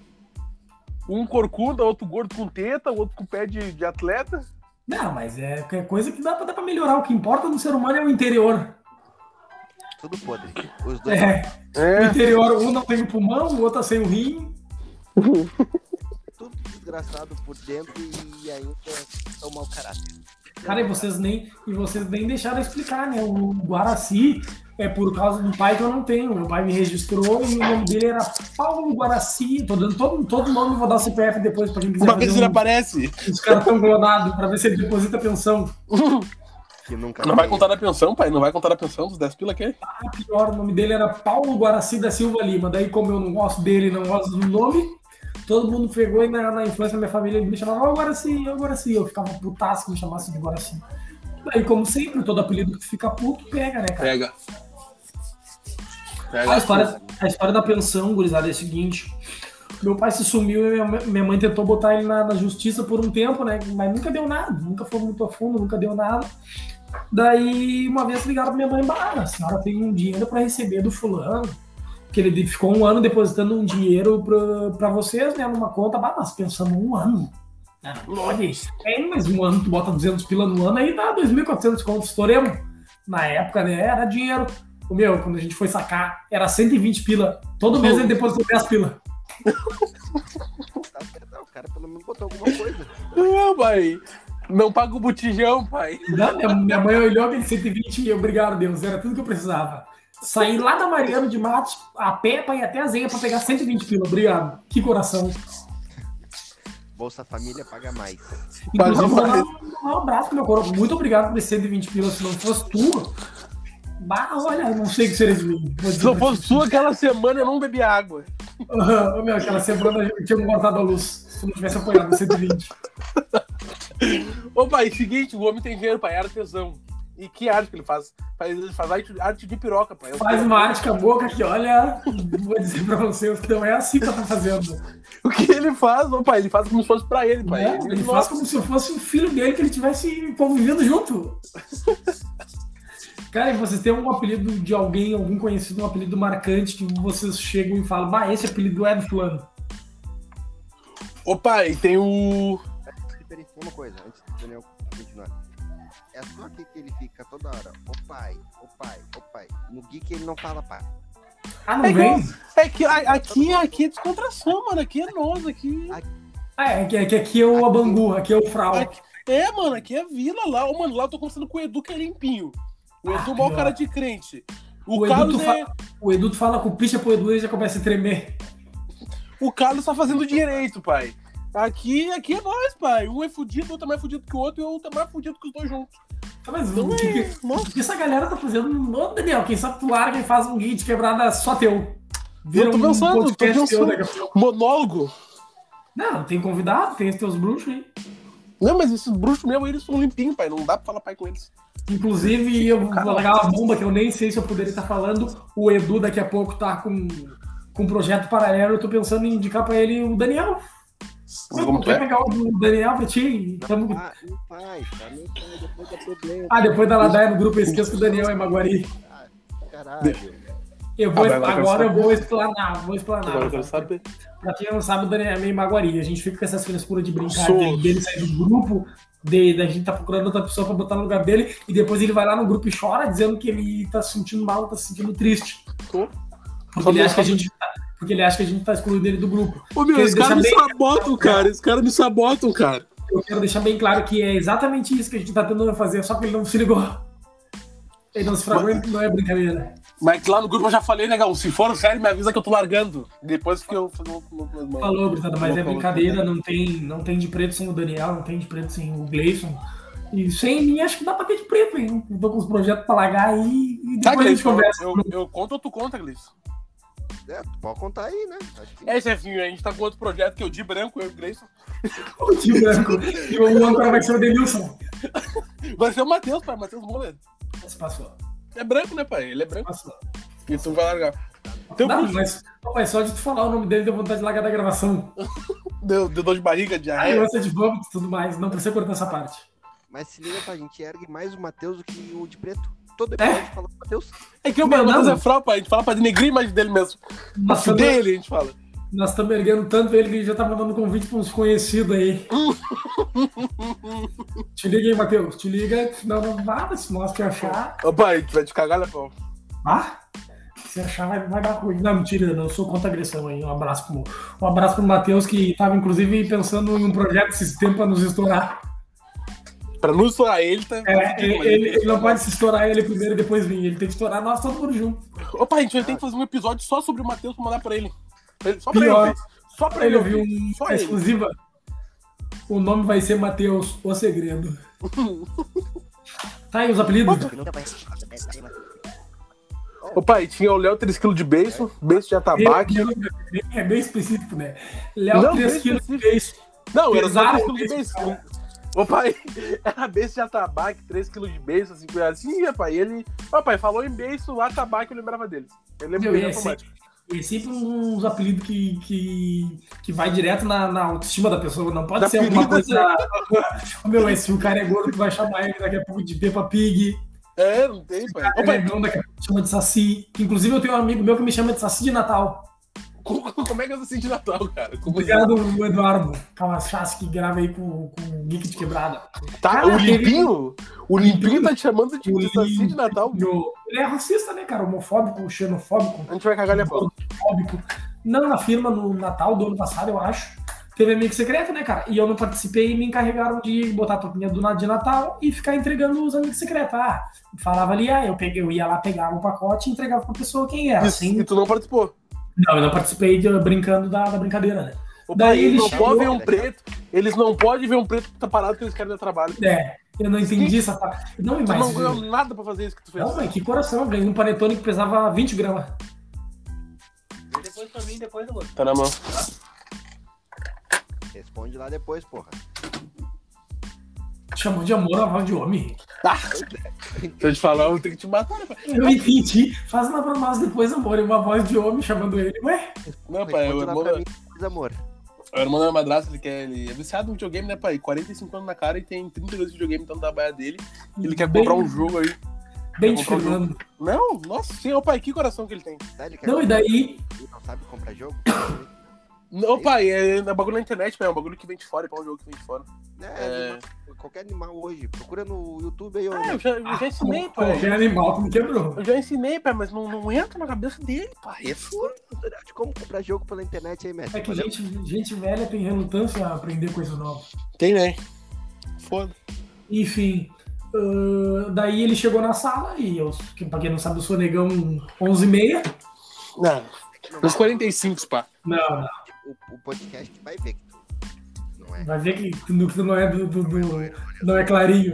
B: Um corcunda, outro gordo com teta, o outro com pé de, de atleta.
C: Não, mas é que é coisa que dá pra, dá pra melhorar. O que importa no ser humano é o interior.
A: Tudo podre. Os dois.
C: É, O
B: É.
C: interior, um não tem o pulmão, o outro tá sem o rim.
A: Tudo desgraçado por dentro e ainda são mau caráter.
C: Cara, e vocês nem, e vocês nem deixaram eu explicar, né? O Guaraci é por causa do pai que eu não tenho. Meu pai me registrou e o nome dele era Paulo Guaraci. Tô dando todo, todo nome, vou dar o CPF depois pra quem quiser.
B: Uma vez
C: fazer
B: ele
C: um-
B: aparece.
C: Os caras tão clonados pra ver se ele deposita pensão.
A: Que nunca
B: Não vai
A: tem.
B: contar na pensão, pai? Não vai contar na pensão dos 10 pila aqui?
C: Ah, pior, o nome dele era Paulo Guaraci da Silva Lima. Daí, como eu não gosto dele, não gosto do nome, todo mundo pegou e na, na infância minha família me chamava, ó Guaraci, ó Guaraci. Eu ficava putaço que me chamasse de Guaraci. Daí, como sempre, todo apelido que tu fica puto pega, né, cara?
B: Pega.
C: A história, a história da pensão, gurizada, é a seguinte. Meu pai se sumiu e minha mãe- minha mãe tentou botar ele na, na justiça por um tempo, né? Mas nunca deu nada, nunca foi muito a fundo, nunca deu nada. Daí, uma vez ligaram pra minha mãe, bah, a senhora tem um dinheiro pra receber do fulano, que ele de- ficou um ano depositando um dinheiro pra, pra vocês, né, numa conta, bah, nós pensamos um ano. Ah, Lore, é, mas um ano tu bota 200 pila no ano, aí dá 2.400 contos, estouremos. Na época, né, era dinheiro. O meu, quando a gente foi sacar, era 120 pila. Todo mês ele depositou 10 pila.
A: Tá certo, O cara pelo menos botou alguma coisa.
B: Não, pai. Não paga o botijão, pai.
C: Não, minha, minha mãe olhou aquele 120 e eu, obrigado, Deus, era tudo que eu precisava. Saí lá da Mariano de Matos, a pé, pra ir até a Zenha pra pegar 120 pila, obrigado. Que coração.
A: Bolsa Família paga mais.
B: Mas
C: Inclusive,
B: uma
C: mandar
B: vez-
C: um- mandar um abraço pro meu coroa. Muito obrigado por esse 120 pila, se não fosse tu. Bah, olha, não sei o que seria de mim. Vou dizer
B: Se não
C: pra
B: fosse
C: ti.
B: sua aquela semana, eu não bebi água.
C: Ô, meu, aquela semana eu tinha me cortado a luz. Se eu não tivesse apanhado o 120.
B: Ô, pai, seguinte, o homem tem dinheiro, pai, é artesão. E que arte que ele faz? Faz- Ele faz arte, arte de piroca, pai.
C: Faz uma arte com a boca que, olha, vou dizer pra vocês que não é assim que ela tá fazendo.
B: O que ele faz, ô, pai, ele faz como se fosse pra ele, pai.
C: Né? Ele faz como se eu fosse um filho dele que ele tivesse convivendo junto. Cara, e vocês têm algum apelido de alguém, algum conhecido, um apelido marcante que vocês chegam e falam, bah, esse apelido é do fulano.
B: Ô, pai, tem o...
A: Diferencia uma coisa, antes do Daniel continuar. É só aqui que ele fica toda hora. Ô pai, ô pai, ô pai. No geek ele não fala pá.
C: Ah,
B: É
C: não
B: que
C: vem?
B: É que a- aqui, aqui é descontração, mano. Aqui é nós, aqui...
C: Ah, é que, é que aqui é o Abangu, aqui é o Frau.
B: Aqui- É, mano, aqui é vila lá. Ô, mano, lá eu tô conversando com o Edu, que é limpinho. O
C: Ah,
B: Edu, mó
C: pior.
B: cara de crente. O,
C: O Edu,
B: Carlos
C: tu
B: é...
C: fa- O Edu tu fala com o picha pro Edu e ele já começa a tremer.
B: O Carlos tá fazendo direito, pai. Aqui, aqui é nós, pai. Um é fudido, o outro é mais fudido que o outro, e o outro é mais fudido que os dois juntos.
C: Ah, Mas
B: Então
C: o que, que-
B: é. Nossa,
C: o que essa galera tá fazendo? Ô, Daniel, quem sabe tu larga e faz um guia de quebrada só teu. um
B: Eu tô pensando, tô
C: teu
B: pensando.
C: daqui a pouco.
B: monólogo.
C: Não, tem convidado, tem os teus bruxos aí.
B: Não, mas esses bruxos mesmo, eles são limpinhos, pai. Não dá pra falar pai com eles.
C: Inclusive, eu vou largar uma bomba que eu nem sei se eu poderia estar falando. O Edu daqui a pouco tá com, com um projeto paralelo. Eu tô pensando em indicar pra ele o Daniel.
B: Como é?
C: Quer pegar o Daniel pra ti? Tamo-
A: Ah, não faz, tá? Não faz, depois dá problema.
C: Ah, depois da Ladaia no grupo, eu esqueço que o Daniel é Maguari.
A: Caralho.
C: Eu vou,
B: Ah, vai, vai,
C: agora
B: vai.
C: eu vou explanar,
B: Agora eu
C: vou explanar.
B: quero saber.
C: Pra quem não sabe, o Daniel é meio Maguari. A gente fica com essas frescuras de brincar
B: Sou.
C: dele, dele sair do grupo, de, da gente tá procurando outra pessoa pra botar no lugar dele, e depois ele vai lá no grupo e chora, dizendo que ele tá se sentindo mal, tá se sentindo triste.
B: Tô.
C: Porque ele, acha que a gente tá, porque ele acha que a gente tá excluindo ele do grupo.
B: Ô, meu,
C: Ele
B: os caras me
C: deixa bem-
B: sabotam, cara. Os caras me sabotam, cara.
C: Eu quero deixar bem claro que é exatamente isso que a gente tá tentando fazer, só que ele não se ligou. Ele não se fragou, não é brincadeira.
B: Mas lá no grupo eu já falei, né, Gal? Se for sério, me avisa que eu tô largando. Depois que eu. um-
C: Falou, Britado, mas é brincadeira, não tem, não tem de preto sem o Daniel, não tem de preto sem o Gleison. E sem mim, acho que dá pra ter de preto, hein? Eu tô com os projetos pra largar aí e
B: Tá,
C: depois a
B: Gleice,
C: gente conversa.
B: eu, eu conto ou tu conta, Gleice?
A: É, tu pode contar aí, né? Acho que
B: É, chefinho, a gente tá com outro projeto que eu de branco, eu e o Gleison.
C: O tio branco. E o âncora vai ser o Denilson.
B: Vai ser o Matheus, pai, Matheus Moller.
C: Se passou,
B: É branco, né, pai? Ele é branco.
C: passou.
B: Isso vai largar. um Teu
C: Não,
B: cu
C: mas, mas só de tu falar o nome dele deu vontade de largar da gravação.
B: deu, deu dor de barriga,
C: Aí
B: diarreia.
C: você de vômito e tudo mais. Não precisa cortar essa parte.
A: Mas se liga, pai, a gente ergue mais o Matheus do que o de preto. Todo episódio fala do Matheus.
B: É que o
C: Meu,
B: Matheus
C: não.
B: é frau, pai. A gente fala pra denegrir mais dele mesmo. Pra
C: Nós
B: fuder ele, a gente fala.
C: estamos erguendo tanto ele que ele já tá mandando convite pra uns conhecidos aí. te liga aí, Matheus. Te liga. Não, não nada. Se nós que achar.
B: Ô, pai, a gente vai te cagar, né, pau?
C: Ah, se achar vai, vai dar ruim. Não, mentira, não. Eu sou contra a agressão aí. Um abraço pro, um abraço pro Matheus que tava, inclusive, pensando em um projeto esses tempos pra nos estourar.
B: Pra não estourar ele, tá?
C: É, ele, ele- ele não pode se estourar ele primeiro e depois vir. Ele tem que estourar nós todo mundo junto.
B: Ô, pai, a gente vai ter que fazer um episódio só sobre o Matheus pra mandar pra ele. Pra ele- Só pra
C: Pior.
B: ele ouvir. Só pra
C: Pra ele um ouvir
B: ouvir. Só
C: uma
B: ele.
C: É exclusiva. O nome vai ser Matheus, o segredo. Tá aí os apelidos?
B: Ô, pai, tinha o Léo 3kg de beijo, beijo de atabaque.
C: É bem específico, né? Léo
B: Não,
C: 3
B: bem
C: quilos de beijo.
B: Não, era só
C: Pesado,
B: 3kg de beijo. Ô, pai, era beijo de atabaque, 3kg de assim, beijo, 5 reais. Sim, pai, ele... Ô, pai, falou em beijo, atabaque, eu lembrava dele. Eu lembro
C: Meu,
B: dele
C: e é
B: automático.
C: É sempre uns apelidos que, que, que vai direto na, na autoestima da pessoa. Não pode
B: Da
C: ser alguma
B: apelido,
C: coisa. Meu, esse o cara é gordo, tu vai chamar ele daqui a pouco de Peppa Pig.
B: É, não tem, pai.
C: O
B: Ô, pai,
C: negão daqui a pouco chama de Saci. Inclusive, eu tenho um amigo meu que me chama de Saci de Natal.
B: co- co- como é que eu senti Natal, cara? Como assim?
C: Obrigado, Eduardo Calachás, que grava aí com, com o Geek de Quebrada.
B: Tá,
C: Cara,
B: o Limpinho? O Limpinho tá te chamando de,
C: O
B: de saci de Natal.
C: Meu, Ele é racista, né, cara? Homofóbico, xenofóbico.
B: A gente vai cagar ele a pau.
C: fóbico. Não, na firma, no Natal do ano passado, eu acho. Teve amigo secreto, né, cara? E eu não participei e me encarregaram de botar a toquinha do nada de Natal e ficar entregando os amigos secretos. Ah, falava ali, ah, eu, peguei, eu ia lá, pegava o pacote e entregava pra pessoa quem era.
B: Isso,
C: Assim,
B: E tu não participou.
C: não, eu não participei de- brincando da, da brincadeira, né?
B: O
C: Daí
B: pai, eles
C: ele
B: não
C: chegou-
B: podem ver um preto. Eles não podem ver um preto que tá parado que eles querem dar trabalho.
C: É, eu não entendi essa parte. Não,
B: Tu não
C: mas...
B: ganhou nada pra fazer isso que tu fez.
C: Não, mas que coração, eu ganhei um panetone que pesava 20 gramas.
D: Depois pra mim, depois eu vou.
B: Tá na mão.
A: Responde lá depois, porra.
C: Chamou de amor a voz de homem.
B: Se eu te falar, eu vou ter que te matar. né, pai?
C: Eu entendi. Faz uma pra nós depois, amor. E uma voz de homem chamando ele. Ué?
B: Não, pai, é
A: Responde lá
B: o irmão,
A: pra mim depois, amor.
B: o irmão da minha madrasta, ele, quer, ele é viciado no videogame, né, pai? 45 anos na cara e tem 32 de videogame, então da baia dele. Ele quer comprar um jogo aí.
C: Tá Bem de
B: Quer comprar um
C: Fernando.
B: Não, nossa senhora, pai, que coração que ele tem.
A: Tá, ele quer
C: Não, e daí.
A: comprar, não sabe comprar jogo?
B: Não, pai, é, é bagulho na internet, pai, é um bagulho que vem de fora, é pra um jogo que vem de fora. É.
A: é, animal- qualquer animal hoje. Procura no YouTube aí, ô.
B: Ah, eu já, eu já ensinei, pai.
C: Qualquer animal que me quebrou.
B: Eu já ensinei, pai, mas não, não entra na cabeça dele, pai. É foda.
A: Procura no tutorial de como comprar jogo pela internet aí, mestre.
C: É que
A: Valeu?
C: gente, gente velha tem relutância a aprender coisas novas.
B: Tem, né? Foda.
C: Enfim. ah, daí ele chegou na sala e eu, que- pra quem não sabe, eu sou negão 11 e meia.
B: Não. Uns 45, pá.
C: Não, não.
A: O, o podcast que vai ver que tu não é.
C: Vai ver que tu não- que tu não é do, do- do- não é clarinho.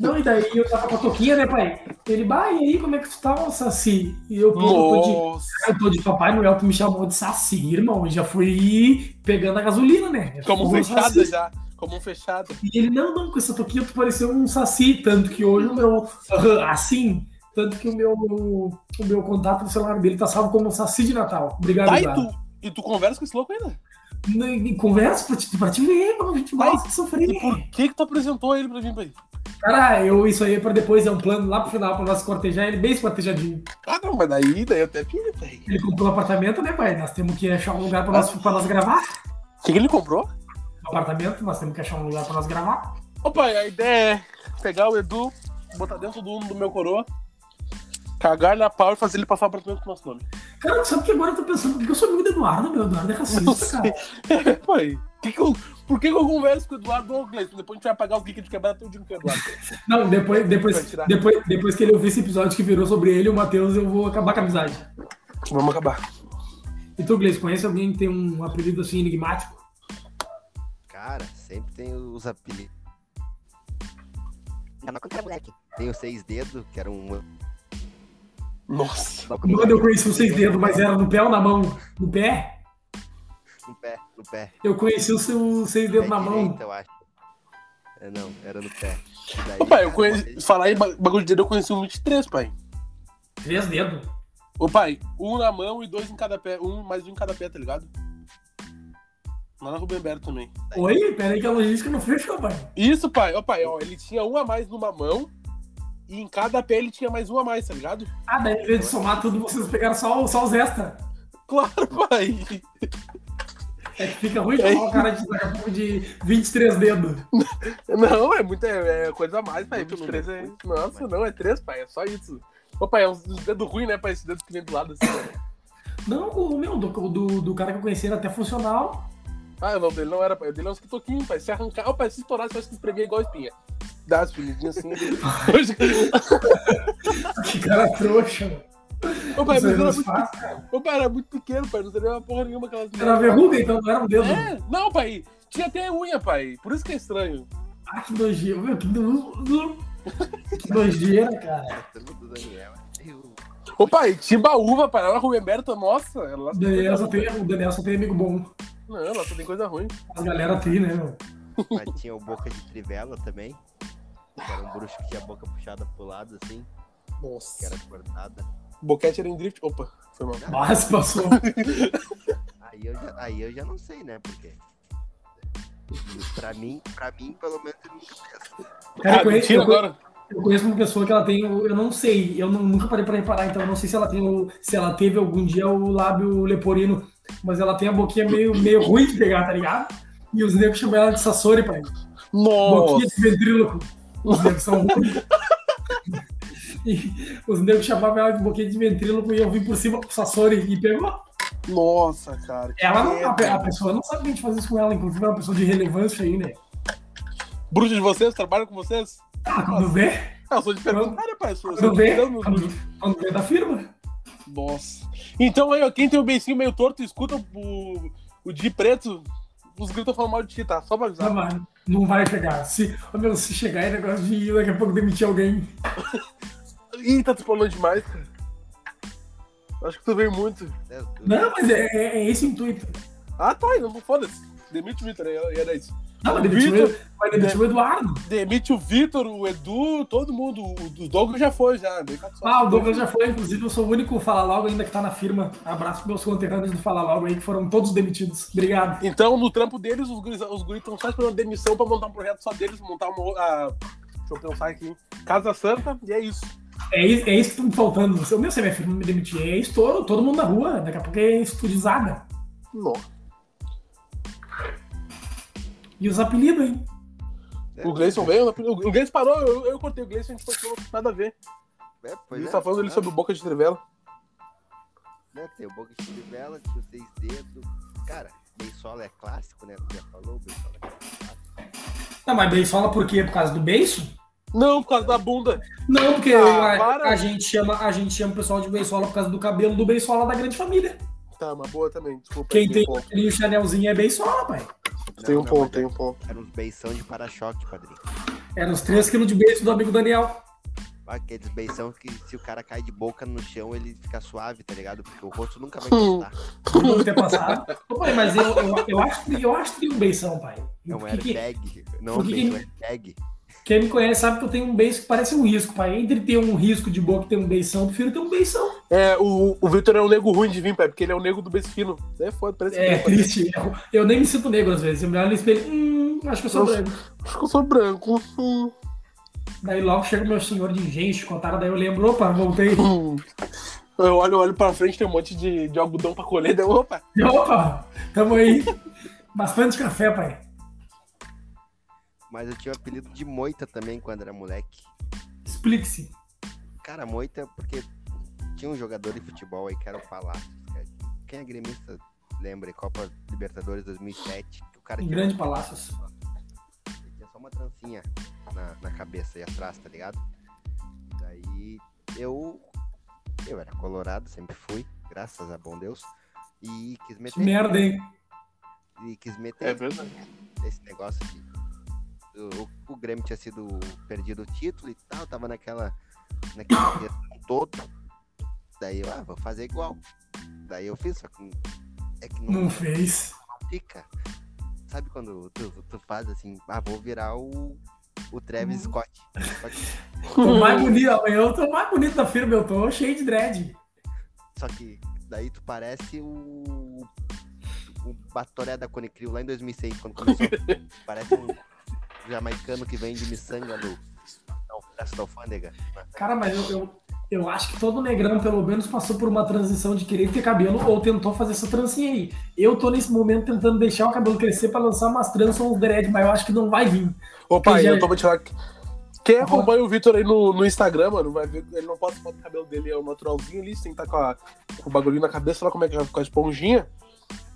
C: Não, e daí eu tava com a toquinha, né, pai? Ele, bah, e aí, como é que tu tá, ô, Saci? E eu, pô, eu tô de,
B: Nossa.
C: Eu tô de Papai Noel, tu me chamou de Saci, irmão. E já fui pegando a gasolina, né? Eu
B: Como um
C: fui
B: fechado
C: saci.
B: já. Como um fechado.
C: E ele, não, não, com essa toquinha tu pareceu um Saci. Tanto que hoje o meu. Assim. Tanto que o meu, o meu contato no celular dele tá salvo como Saci de Natal. Obrigado,
B: Tá, e
C: cara.
B: tu, e tu conversa com esse louco ainda?
C: E Conversa pra te, pra te ver, como a gente
B: Vai,
C: gosta de sofrer.
B: E por que que tu apresentou ele pra mim, pai?
C: Cara, eu, isso aí é pra depois, é um plano lá pro final, pra nós cortejar ele bem esquartejadinho.
B: Ah, não, mas daí, daí eu até pilha, pai.
C: Ele comprou um apartamento, né, pai? Nós temos que achar um lugar pra nós, pra nós gravar.
B: O que, que ele comprou?
C: Um apartamento, nós temos que achar um lugar pra nós gravar.
B: Ô, pai, a ideia é pegar o Edu, botar dentro do, do meu coroa, cagar na pau e fazer ele passar o apartamento com o nosso nome.
C: Cara, sabe que agora eu tô pensando, por que eu sou amigo do Eduardo, meu? Eduardo é racista, cara.
B: Pai, que que eu- por que, que eu converso com o Eduardo ou com o Cleiton? Depois a gente vai pagar o que de quebrar todo dia com o Eduardo.
C: Não, depois,
B: Vai
C: depois,
B: tirar.
C: depois, depois que ele ouvir esse episódio que virou sobre ele, o Matheus, eu vou acabar com a amizade.
B: Vamos acabar.
C: E tu, Gleice, conhece alguém que tem um apelido assim enigmático?
A: Cara, sempre tem os apelidos.
D: Não, contra moleque.
A: Tem os seis dedos, que era um.
B: Nossa.
C: Quando eu conheci os seis dedos, mas era no pé ou na mão? No pé?
A: No pé, no pé.
C: Eu conheci os seus seis dedos
A: Pé
C: na mão.
A: direito, eu acho. É, não, era no pé. Daí,
B: Ô, pai, eu
A: cara, uma
B: conheci.
A: vez-
B: Falar em ba- bagulho de dedo, eu conheci um 23, pai.
C: Três dedos.
B: Ô pai, um na mão e dois em cada pé. Um mais um em cada pé, tá ligado? Lá na Rubem Berto também.
C: Oi? Pera aí que a logística não fechou, pai.
B: Isso, pai. Ó, pai, ó, ele tinha um a mais numa mão e em cada pé ele tinha mais um a mais, tá ligado?
C: Ah, daí em vez de somar tudo, vocês pegaram só, só os extra.
B: Claro, pai.
C: É que fica ruim de falar o cara de, daqui a pouco de 23 dedos.
B: Não, é muita é coisa a mais, pai.
A: Muito
B: Os três é...
A: número.
B: Nossa, não, é três, pai. É só isso. Ô, pai, é uns uns dedos ruins, né, pai? Esse dedo que vem do lado assim. né?
C: Não, o meu, do, do, do cara que eu conheci era até funcional.
B: Ah, não, dele não era, pai. O dele é uns quitoquinhos, pai. Se arrancar, ô, pai, se estourar, você acha que espremia igual espinha. Dá as pinidinhas assim.
C: Que cara trouxa, mano.
B: Ô, pai, mas
C: Isso aí
B: era
C: não é
B: muito
C: faz,
B: Ô, pai, era muito pequeno, pai. Não seria uma porra nenhuma aquelas
C: Era verruga, então não era um dedo.
B: É, não, pai. Tinha até unha, pai. Por isso que é estranho.
C: Ah, que nojinha. Meu, que, no... no- que nojeira, cara.
A: é Tudo do Daniel. Eu-
B: Ô, pai, Timbaúva, pai. Lá na Rua Berta, nossa. ela Lá
C: O
B: só tem
C: Daniel,
B: coisa
C: só
B: ruim.
C: tem, o Daniel só tem amigo bom.
B: Não, lá só tem coisa ruim.
C: As galera tem, né, meu?
A: Mas tinha o Boca de Trivela também. que Era um bruxo que tinha a boca puxada pro lado, assim, que
B: Nossa.
A: era cortada.
B: Boquete era em drift. Opa, foi mal.
C: Mas passou.
A: Aí eu já, aí eu já não sei, né? Porque. Pra mim, pra mim, pelo menos eu nunca penso.
C: Cara, eu
B: ah,
C: conheço,
B: mentira
C: eu conhe-
B: agora.
C: eu conheço uma pessoa que ela tem, o- eu não sei, eu nu- nunca parei pra reparar, então eu não sei se ela tem o- se ela teve algum dia o lábio leporino, mas ela tem a boquinha meio, meio ruim de pegar, tá ligado? E os negros chamam ela de Sassori, pai. Boquinha
B: Nossa.
C: de ventríloco. Os negros são ruins. E os negros chamavam ela de boquinha de ventríloco e eu vim por cima pro Sassori e pegou.
B: Nossa, cara. que
C: Ela não, tá,
B: medo.
C: a, a pessoa não sabe que a gente faz isso com ela, inclusive é uma pessoa de relevância aí, né?
B: Bruxa de vocês? Trabalham com vocês?
C: Ah, quando vê,
B: Ah, eu sou de perguntar, pai. Sou, sou
C: quando
B: de
C: vê,
B: Fernando.
C: quando, quando vê tá né? da firma.
B: Nossa. Então, aí, ó, quem tem o beicinho meio torto, escuta o, o de preto. Os gritos falando mal de ti, tá? Só pra
C: Tá,
B: avisar.
C: mano. Não vai chegar. Se, ô, meu, se chegar é negócio de daqui a pouco demitir alguém.
B: Ih, tá te falando demais, cara. Acho que tu veio muito.
A: Né? Eu-
C: Não, mas é, é- é esse o intuito.
B: Ah, tá, aí, não foda-se. Demite o Vitor, aí aí é era isso.
C: Não, vai demitir, o,
B: Vitor-
C: Edu- vai demitir o Eduardo.
B: Demite o Vitor, o Edu, todo mundo. O, o Douglas já foi, já. Vem cá, só.
C: Ah, o Douglas já foi, inclusive eu sou o único Fala Logo ainda que tá na firma. Abraço pros meus conterrâneos do Fala Logo aí, que foram todos demitidos. Obrigado.
B: Então, no trampo deles, os guris os guris estão só esperando demissão pra montar um projeto só deles, montar uma. o- a- deixa eu pensar aqui. Casa Santa, e é isso.
C: É, isso- é isso que tá me faltando. Se o meu CMF não me demitir, é estouro, todo mundo na rua. Daqui a pouco é estudizada.
B: Não.
C: E os apelidos, hein?
A: né?
B: O Gleison veio, o Gleison parou, eu, eu cortei o Gleison, a gente continuou, nada a ver.
A: É,
B: A
A: pois
B: gente
A: é,
B: tá falando ali
A: né?
B: sobre o Boca de Trivela.
A: né? Tem o Boca de Trivela, tinha os seis dedos. Cara, Beisola é clássico, né? Tu já falou, Beisola é clássico.
C: Não, mas bem, fala por quê? Por causa do beiço?
B: Não, por causa da bunda.
C: Não, porque
B: Ah,
C: a-
B: para.
C: a, gente chama, a gente chama o pessoal de beisola por causa do cabelo do beisola da grande família.
B: Tá, uma boa também, desculpa.
C: Quem tem
B: um ponto.
C: o Chanelzinho é beisola, pai.
B: Tem
A: Não,
B: um
A: não,
B: ponto,
A: mas
B: tem um ponto.
A: Era uns beição de para-choque, padrinho.
C: Era os 3 quilos de beijo do amigo Daniel.
A: Aqueles beição que se o cara cai de boca no chão, ele fica suave, tá ligado? Porque o rosto nunca vai
B: Hum.
A: encostar.
C: Do ter passado. Ô, pai, mas eu, eu, eu acho, que- eu acho que tem um beição, pai.
A: É um
C: Que- que-
A: airbag. Não, é
C: por
A: um
C: que
A: beijo,
C: que-
A: é um airbag.
C: quem me conhece sabe que eu tenho um beijo que parece um risco, pai. Entre ter um risco de boca e ter um beição, eu prefiro ter um beição.
B: É, o, o Victor é um nego ruim de vir, pai, porque ele é o nego do Besfino. É foda, parece
C: É
B: que pai.
C: triste. Eu, eu nem me sinto negro às vezes. Eu me olho no espelho, hum, acho que eu sou
B: Nossa.
C: branco.
B: Acho que eu sou branco. Hum.
C: Daí logo chega o meu senhor de gente, contaram, daí eu lembro, opa, voltei.
B: Hum. Eu olho, olho pra frente, tem um monte de, de algodão pra colher, deu opa.
C: Opa, tamo aí. Bastante café, pai.
A: Mas eu tinha o apelido de moita também quando era moleque.
C: Explique-se.
A: Cara, moita, porque tinha um jogador de futebol aí que era o Palácio. Quem é gremista lembra? Copa Libertadores 2007. Que o cara
C: Em
A: tinha,
C: Grande assim. Palácios.
A: tinha só uma trancinha na, na cabeça e atrás, tá ligado? Daí eu. Eu era colorado, sempre fui, graças a bom Deus. E quis
C: Que
A: meter.
C: merda, hein?
A: E quis meter.
B: É verdade.
A: esse negócio de o, o Grêmio tinha sido perdido o título e tal, tava naquela naquela questão todo. Daí eu, ah, vou fazer igual. Daí eu fiz, só que é que não
C: Não fez.
A: fica. Sabe quando tu, tu faz assim, ah, vou virar o, o Travis Scott. Só que
C: Tô mais bonito, amanhã eu tô mais bonito na firma, eu tô cheio de dread.
A: Só que daí tu parece o. O Batoré da Conecrio lá em 2006, quando começou. parece um jamaicano que vende miçanga no. Não, da alfândega.
C: Cara, mas eu, eu, eu acho que todo negrão, pelo menos, passou por uma transição de querer ter cabelo ou tentou fazer essa trancinha aí. Eu tô nesse momento tentando deixar o cabelo crescer pra lançar umas tranças ou uns dread, mas eu acho que não vai vir.
B: Ô, pai,
C: já-
B: eu tô vou tirar. aqui. Quem acompanha o Vitor aí no, no Instagram, mano, vai ver. Ele não posta foto do cabelo dele, é o naturalzinho ali, sem estar com, a- com o bagulhinho na cabeça, lá como é que vai ficar a esponjinha.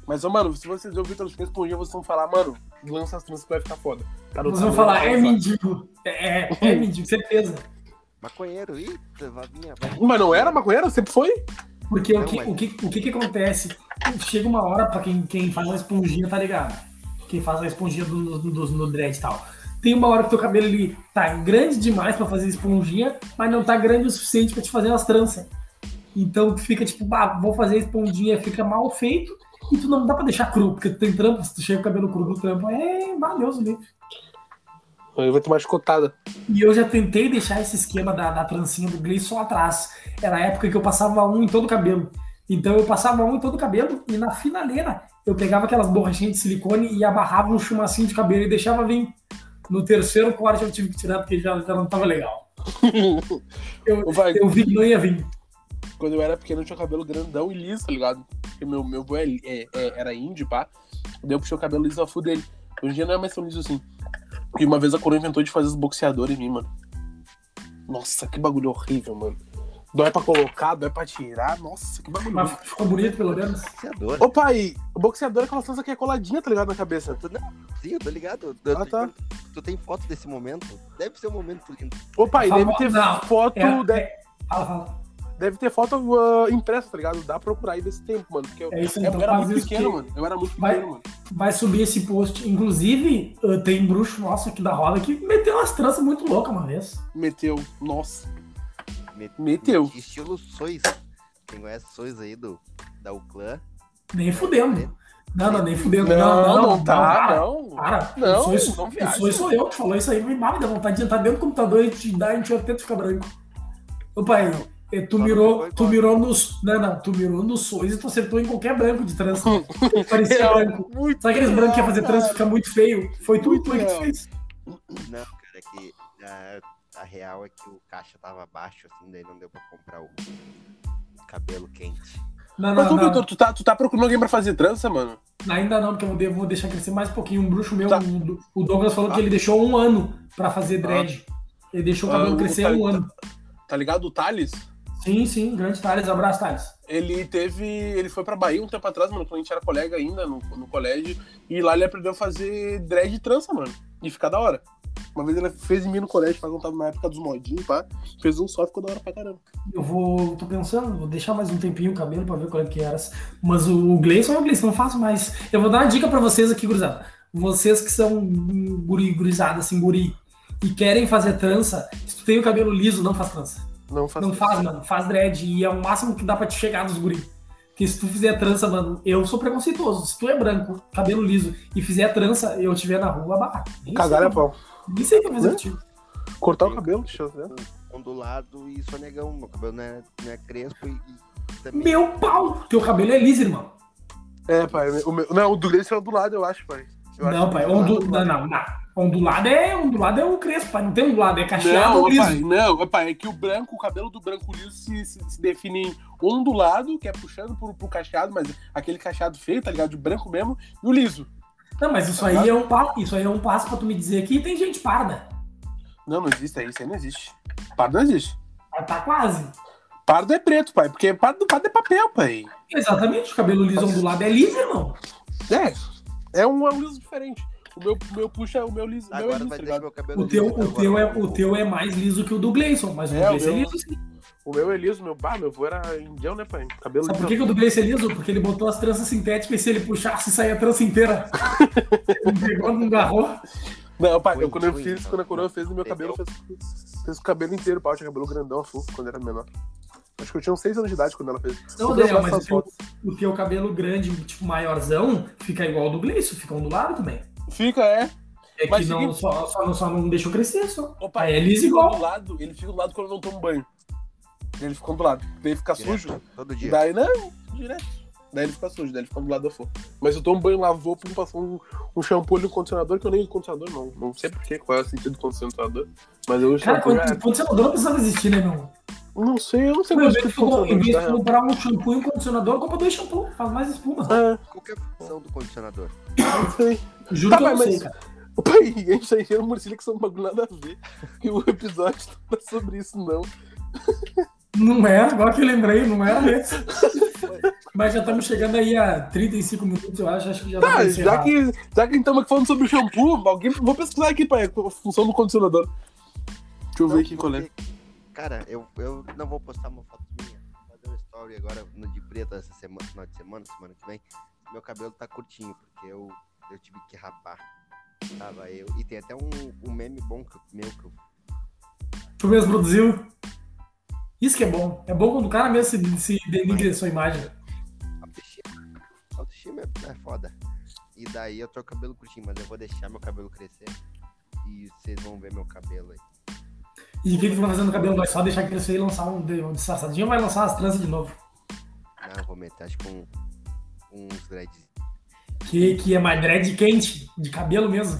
B: Mas, ô, mano, se vocês verem o Vitor com a esponjinha, vocês vão falar, mano, lança as tranças que vai ficar foda. Tá no
C: Vocês vão
B: cabelo,
C: falar, é
B: lança.
C: mendigo. É, é, é mendigo, certeza.
A: Maconheiro, eita, vavinha, vai.
B: Mas não era maconheiro? Sempre foi?
C: Porque
A: Não,
C: o, que,
A: mas-
C: o, que, o que que acontece? Chega uma hora pra quem, quem faz a esponjinha, tá ligado? Quem faz a esponjinha do, do, do- no dread e tal. Tem uma hora que teu cabelo ele tá grande demais pra fazer esponjinha, mas não tá grande o suficiente pra te fazer umas tranças. Então tu fica tipo, bah, vou fazer esponjinha, fica mal feito e tu não dá pra deixar cru, porque tu tem trampo, se tu chega com o cabelo cru no trampo, é valeu, né?
B: Eu vou tomar escotada.
C: E eu já tentei deixar esse esquema da, da trancinha do Gleison atrás. Era a época que eu passava um em todo o cabelo. Então eu passava um em todo o cabelo e na finaleira eu pegava aquelas borrachinhas de silicone e abarrava um chumacinho de cabelo e deixava vir. No terceiro corte eu tive que tirar porque já, já não tava legal. Eu,
B: Ô, vai,
C: eu vi que não ia vir.
B: Quando eu era pequeno, eu tinha o cabelo grandão e liso, tá ligado? Porque meu, meu avô é, é- é- era índio, pá. Daí eu puxei o cabelo liso a fu dele. Hoje em dia não é mais tão liso assim. E uma vez a coroa inventou de fazer os boxeadores em mim, mano. Nossa, que bagulho horrível, mano. Dói pra colocar, dói pra tirar. Nossa, que bagulho.
C: Mas
B: horrível.
C: ficou bonito, pelo menos.
A: Você adora.
B: Ô pai, o boxeador é aquela trança que é coladinha, tá ligado? Na cabeça.
A: Sim, eu tô ligado. Eu tô
B: Oh. Ah, tá.
A: ligado. Tu tem foto desse momento? Deve ser um momento lindo.
B: Ô pai,
C: Fala-
B: deve ter
C: não,
B: foto.
C: É,
B: de-
C: é- fala, fala.
B: Deve ter foto ah, impressa, tá ligado? Dá pra procurar aí desse tempo, mano. Porque eu,
C: É isso,
B: eu
C: então
B: era
C: faz
B: muito
C: isso
B: pequeno,
C: que-
B: mano. Eu era muito
C: Vai-
B: pequeno, mano.
C: Vai subir esse post. Inclusive, eh, tem bruxo nosso aqui da roda que meteu umas tranças muito loucas uma vez.
B: Meteu. Nossa.
A: Me-
B: Meteu.
A: De Estilo Sois. Quem conhece Sois aí do, da Uclã?
C: Nem fudendo. Não, não, nem fudendo.
B: Não, não, tá,
C: para,
B: não.
C: Para.
B: Não,
C: Isso sou,
B: não
C: isso
B: viaja.
C: sou- sou eu que falou isso aí. Me dá vontade de entrar dentro do computador e te dar e te tento ficar branco. Ô, pai, eh,
A: Só
C: tu
A: não
B: é
C: mirou,
A: foi
C: tu
A: embora.
C: mirou nos. Não, não, tu mirou nos sois e tu acertou em qualquer branco de trança. Parecia
B: Real.
C: branco.
B: Muito
C: Sabe aqueles brancos que ia fazer
B: cara.
C: trança e fica muito feio? Foi tudo
B: Muito
C: tu é que tu
B: real.
C: fez.
A: Não, cara, é que a, a real é que o caixa tava baixo, assim, daí não deu pra comprar o cabelo quente.
C: Não,
B: Mas
C: não,
B: tu,
C: não.
B: Vitor, tu tá, tu tá procurando alguém pra fazer trança, mano?
C: Ainda não, porque eu vou de- vou deixar crescer mais um pouquinho. Um bruxo meu,
B: Tá.
C: o- o Douglas falou que ele deixou um ano pra fazer dread. Ele deixou o
B: Ah,
C: cabelo
B: o
C: crescer
B: Thales-
C: um ano.
B: Tá ligado? O Thales,
C: Sim, sim, grande Thales, abraço, Thales.
B: ele teve. Ele foi pra Bahia um tempo atrás, mano, quando a gente era colega ainda no, no colégio. E lá ele aprendeu a fazer dread e trança, mano. E ficar da hora. Uma vez ele fez em mim no colégio, mas não tava na época dos modinhos, pá. Fez um só, ficou da hora pra caramba.
C: Eu vou, tô pensando, vou deixar mais um tempinho o cabelo pra ver qual é que era. Mas o, o Gleison é o Gleison, não faço mais. Eu vou dar uma dica pra vocês aqui, gurizada. Vocês que são hum, guri, gurizada, assim, guri, e querem fazer trança, se tu tem o cabelo liso, não faz trança.
B: Não faz
C: Não faz, mano, faz dread. E é o máximo que dá pra te chegar nos guri. Porque se tu fizer trança, mano, eu sou preconceituoso. Se tu é branco, cabelo liso, e fizer trança, eu tiver na rua, barra.
B: Cagar é Né? pau.
C: Nem sei o que eu vou fazer contigo.
B: Cortar o cabelo, deixa eu ver.
A: Ondulado Um e sonegão. Meu cabelo não é, não é crespo e, e também.
C: Meu pau! Teu cabelo é liso, irmão.
B: É, pai. O meu, não, o do Gleison é do lado, eu acho, pai. Eu acho
C: não,
B: que
C: pai. um
B: é do lado,
C: Ondu...
B: do
C: Não,
B: lado.
C: não, não. Ondulado é, ondulado é o crespo, pai. Não tem ondulado, é cacheado
B: Não,
C: ou
B: opa,
C: liso.
B: não, opa, é que o branco, o cabelo do branco liso se, se, se define em ondulado, que é puxando pro, pro cacheado, mas aquele cacheado feio, tá ligado? De branco mesmo, e o liso.
C: Não, mas isso aí é um passo. Isso aí é um passo pra tu me dizer que tem gente parda.
B: Não, não existe, é isso aí não existe. Pardo não existe.
C: Mas Tá quase.
B: Pardo é preto, pai, porque pardo, pardo é papel, pai.
C: Exatamente, o cabelo liso ondulado é liso, irmão.
B: É, é um, é um liso diferente. O meu, o meu puxa, o meu liso, o meu é
A: Agora
B: liso,
A: vai
B: tá
A: deixar
B: ligado?
A: meu cabelo
C: O teu,
A: liso,
C: o,
A: agora.
C: teu é, o teu é mais liso que o do Gleison, mas o do
B: É, o
C: Gleison é
B: meu-
C: liso, sim.
B: O meu é liso, meu bar, meu avô era indião, né, pai? Cabelo
C: Sabe
B: liso.
C: por que, que o do Gleison é liso? Porque ele botou as tranças sintéticas e se ele puxasse, saía a trança inteira. Ele pegou, não agarrou.
B: Não, pai,
A: Foi,
B: eu, quando eu
A: foi,
B: fiz,
A: então.
B: quando a coroa fez no meu cabelo, fez, fez o cabelo inteiro, pau, tinha cabelo grandão, fofo, quando era menor. Acho que eu tinha uns 6 anos de idade quando ela fez.
C: Não,
B: Eu faço
C: Daniel, mas
B: essas
C: o teu,
B: fotos.
C: o teu cabelo grande, tipo, maiorzão, fica igual ao do Gleison, fica ondulado também.
B: Fica, é.
C: É que
B: Mas
C: não,
B: ninguém-
C: só, só, não, só não deixou crescer, só.
B: Opa,
C: Aí é liso
B: fica
C: igual.
B: Do lado, ele fica do lado quando eu não tomo banho. E ele ficou do lado. Daí
C: é
B: fica
A: Direto.
B: sujo.
A: Todo dia.
B: Daí não, direto. Daí ele fica sujo, daí ele fica do lado da flor. Mas eu dou um banho, lavou, pum, passou um, um shampoo e um condicionador, que eu nem uso condicionador, não. Não sei porquê, qual é o sentido do condicionador. Mas eu uso
C: Cara,
B: shampoo, já-
C: quando, quando você mudou, não precisava existir, né, meu? irmão?
B: Não sei, eu não sei
C: Meu,
B: qual
C: Em
B: é o
C: vez
B: sentido do
C: de tu- em vez de tu
B: condicionador.
C: comprar um shampoo e um condicionador, compra dois shampoos, faz mais espuma.
B: Ah,
A: Qual que é a função do condicionador?
B: não sei.
C: Juro
B: Tá,
C: que eu não
B: mas-
C: sei, cara.
B: O pai, a gente tá enchendo o Murcília que são um bagulho nada a ver. E o episódio não é sobre isso, não.
C: Não era, agora que eu lembrei, não era esse. Mas já estamos chegando aí a 35 minutos, eu acho, acho que já dá
B: Tá,
C: pra
B: já
C: encerrar.
B: que, já que estamos aqui falando sobre o shampoo, alguém. Vou pesquisar aqui, pai, a função do condicionador. Deixa eu ver aqui qual é.
A: Cara, eu, eu não vou postar uma foto minha. Vou fazer um story agora no de preto essa semana, final de semana, semana que vem. Meu cabelo tá curtinho, porque eu, eu tive que rapar. Tava eu. E tem até um, um meme bom que, eu- meu que eu
C: Tu mesmo produziu. Isso que é bom. É bom quando o cara mesmo se, se denigre a sua imagem.
A: autoestima. Autoestima é, é foda. E daí eu tô com o cabelo curtinho, mas eu vou deixar meu cabelo crescer. E vocês vão ver meu cabelo aí.
C: E o que que tu vai fazer no cabelo? Vai só deixar crescer e lançar um, de- um disfarçadinho ou vai lançar as tranças de novo?
A: Não, eu vou meter, acho que um, uns dreads.
C: Que, que é mais dread quente, de cabelo mesmo.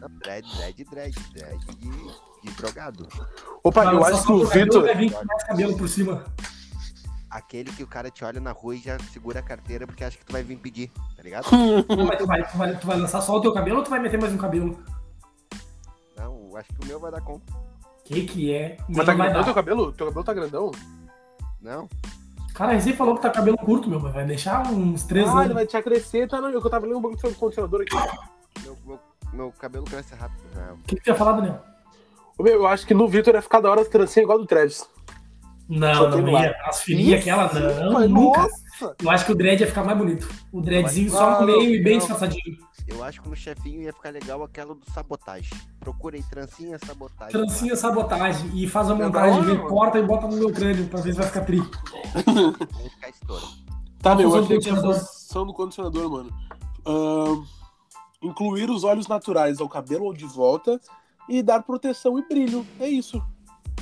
A: Não, dread, dread, dread, dread de, de drogado.
B: Opa,
C: Vai
B: Ah, eu
C: lançar
B: acho
C: só
B: que o
C: pro cabelo,
B: Vitor.
C: Vai vir com mais cabelo por cima.
A: Aquele que o cara te olha na rua e já segura a carteira porque acha que tu vai vir pedir, tá ligado?
C: Não, mas tu, vai, tu, vai, tu vai lançar só o teu cabelo ou tu vai meter mais um cabelo?
A: Não, eu acho que o meu vai dar conta.
C: Que que é?
B: Mas tá
C: Não vai
B: grandão
C: dar.
B: teu cabelo? Teu cabelo tá grandão?
A: Não,
C: Cara, recém falou que tá cabelo curto, meu, mas vai deixar uns três
B: Ah,
C: anos.
B: ele vai te acrescer, tá? Não, eu tava lendo um bagulho sobre o condicionador aqui.
A: meu, meu, meu cabelo cresce rápido. Não,
C: O que que tu ia falar, Daniel?
B: Ô, meu, eu acho que no Vitor ia ficar da hora as trancinhas igual a do Travis. Só
C: Não,
B: tem
C: não
B: lá.
C: ia. As filhinhas
B: Isso,
C: aquela, não,
B: pai,
C: nunca.
B: Nossa!
C: Eu acho que o dread ia ficar mais bonito. O dreadzinho
B: Mas-
C: só
B: Ah,
C: no meio
B: não,
C: e bem
B: não.
C: disfarçadinho.
A: eu acho que no chefinho ia ficar legal aquela do sabotagem. Procura aí, trancinha sabotagem.
C: Trancinha sabotagem e faz a
B: Não,
C: montagem,
B: não,
C: vê,
B: mano.
C: corta e bota no meu crânio pra ver se vai ficar tri.
A: Vai ficar estouro.
B: Tá, meu, eu
C: Função do
B: achei que a
C: condicionador.
B: função do condicionador, mano. Ahn, incluir os olhos naturais ao cabelo ou de volta e dar proteção e brilho. É isso.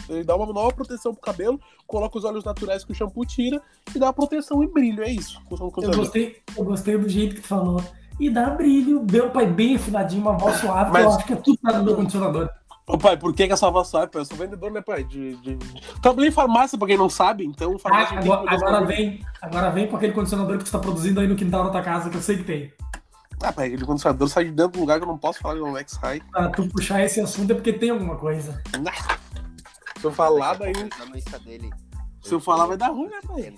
B: Ele dá uma nova proteção pro cabelo, coloca os olhos naturais que o shampoo tira e dá proteção e brilho. É isso. Função do
C: Eu
B: condicionador.
C: gostei, eu gostei do jeito que tu falou. E dá brilho, deu pai bem afinadinho, uma voz suave, que
B: Mas-
C: eu acho que é tudo tá no meu condicionador.
B: Ô, pai, por que que essa voz sai, pai? Eu sou vendedor, né, pai? De, de... Trabalhei em farmácia, pra quem não sabe, então
C: Ah,
B: farmácia tem
C: agora,
B: que-
C: agora vem, agora vem com aquele condicionador que tu tá produzindo aí no quintal da tua casa, que eu sei que tem.
B: Ah, pai, ele condicionador sai de dentro de um lugar que eu não posso falar que não é que sai.
C: Pra tu puxar esse assunto é porque tem alguma coisa.
B: Se eu falar,
A: Daqui a
B: daí.
A: pouco ele tá no Insta dele.
B: Se eu falar, vai dar ruim, né, pai?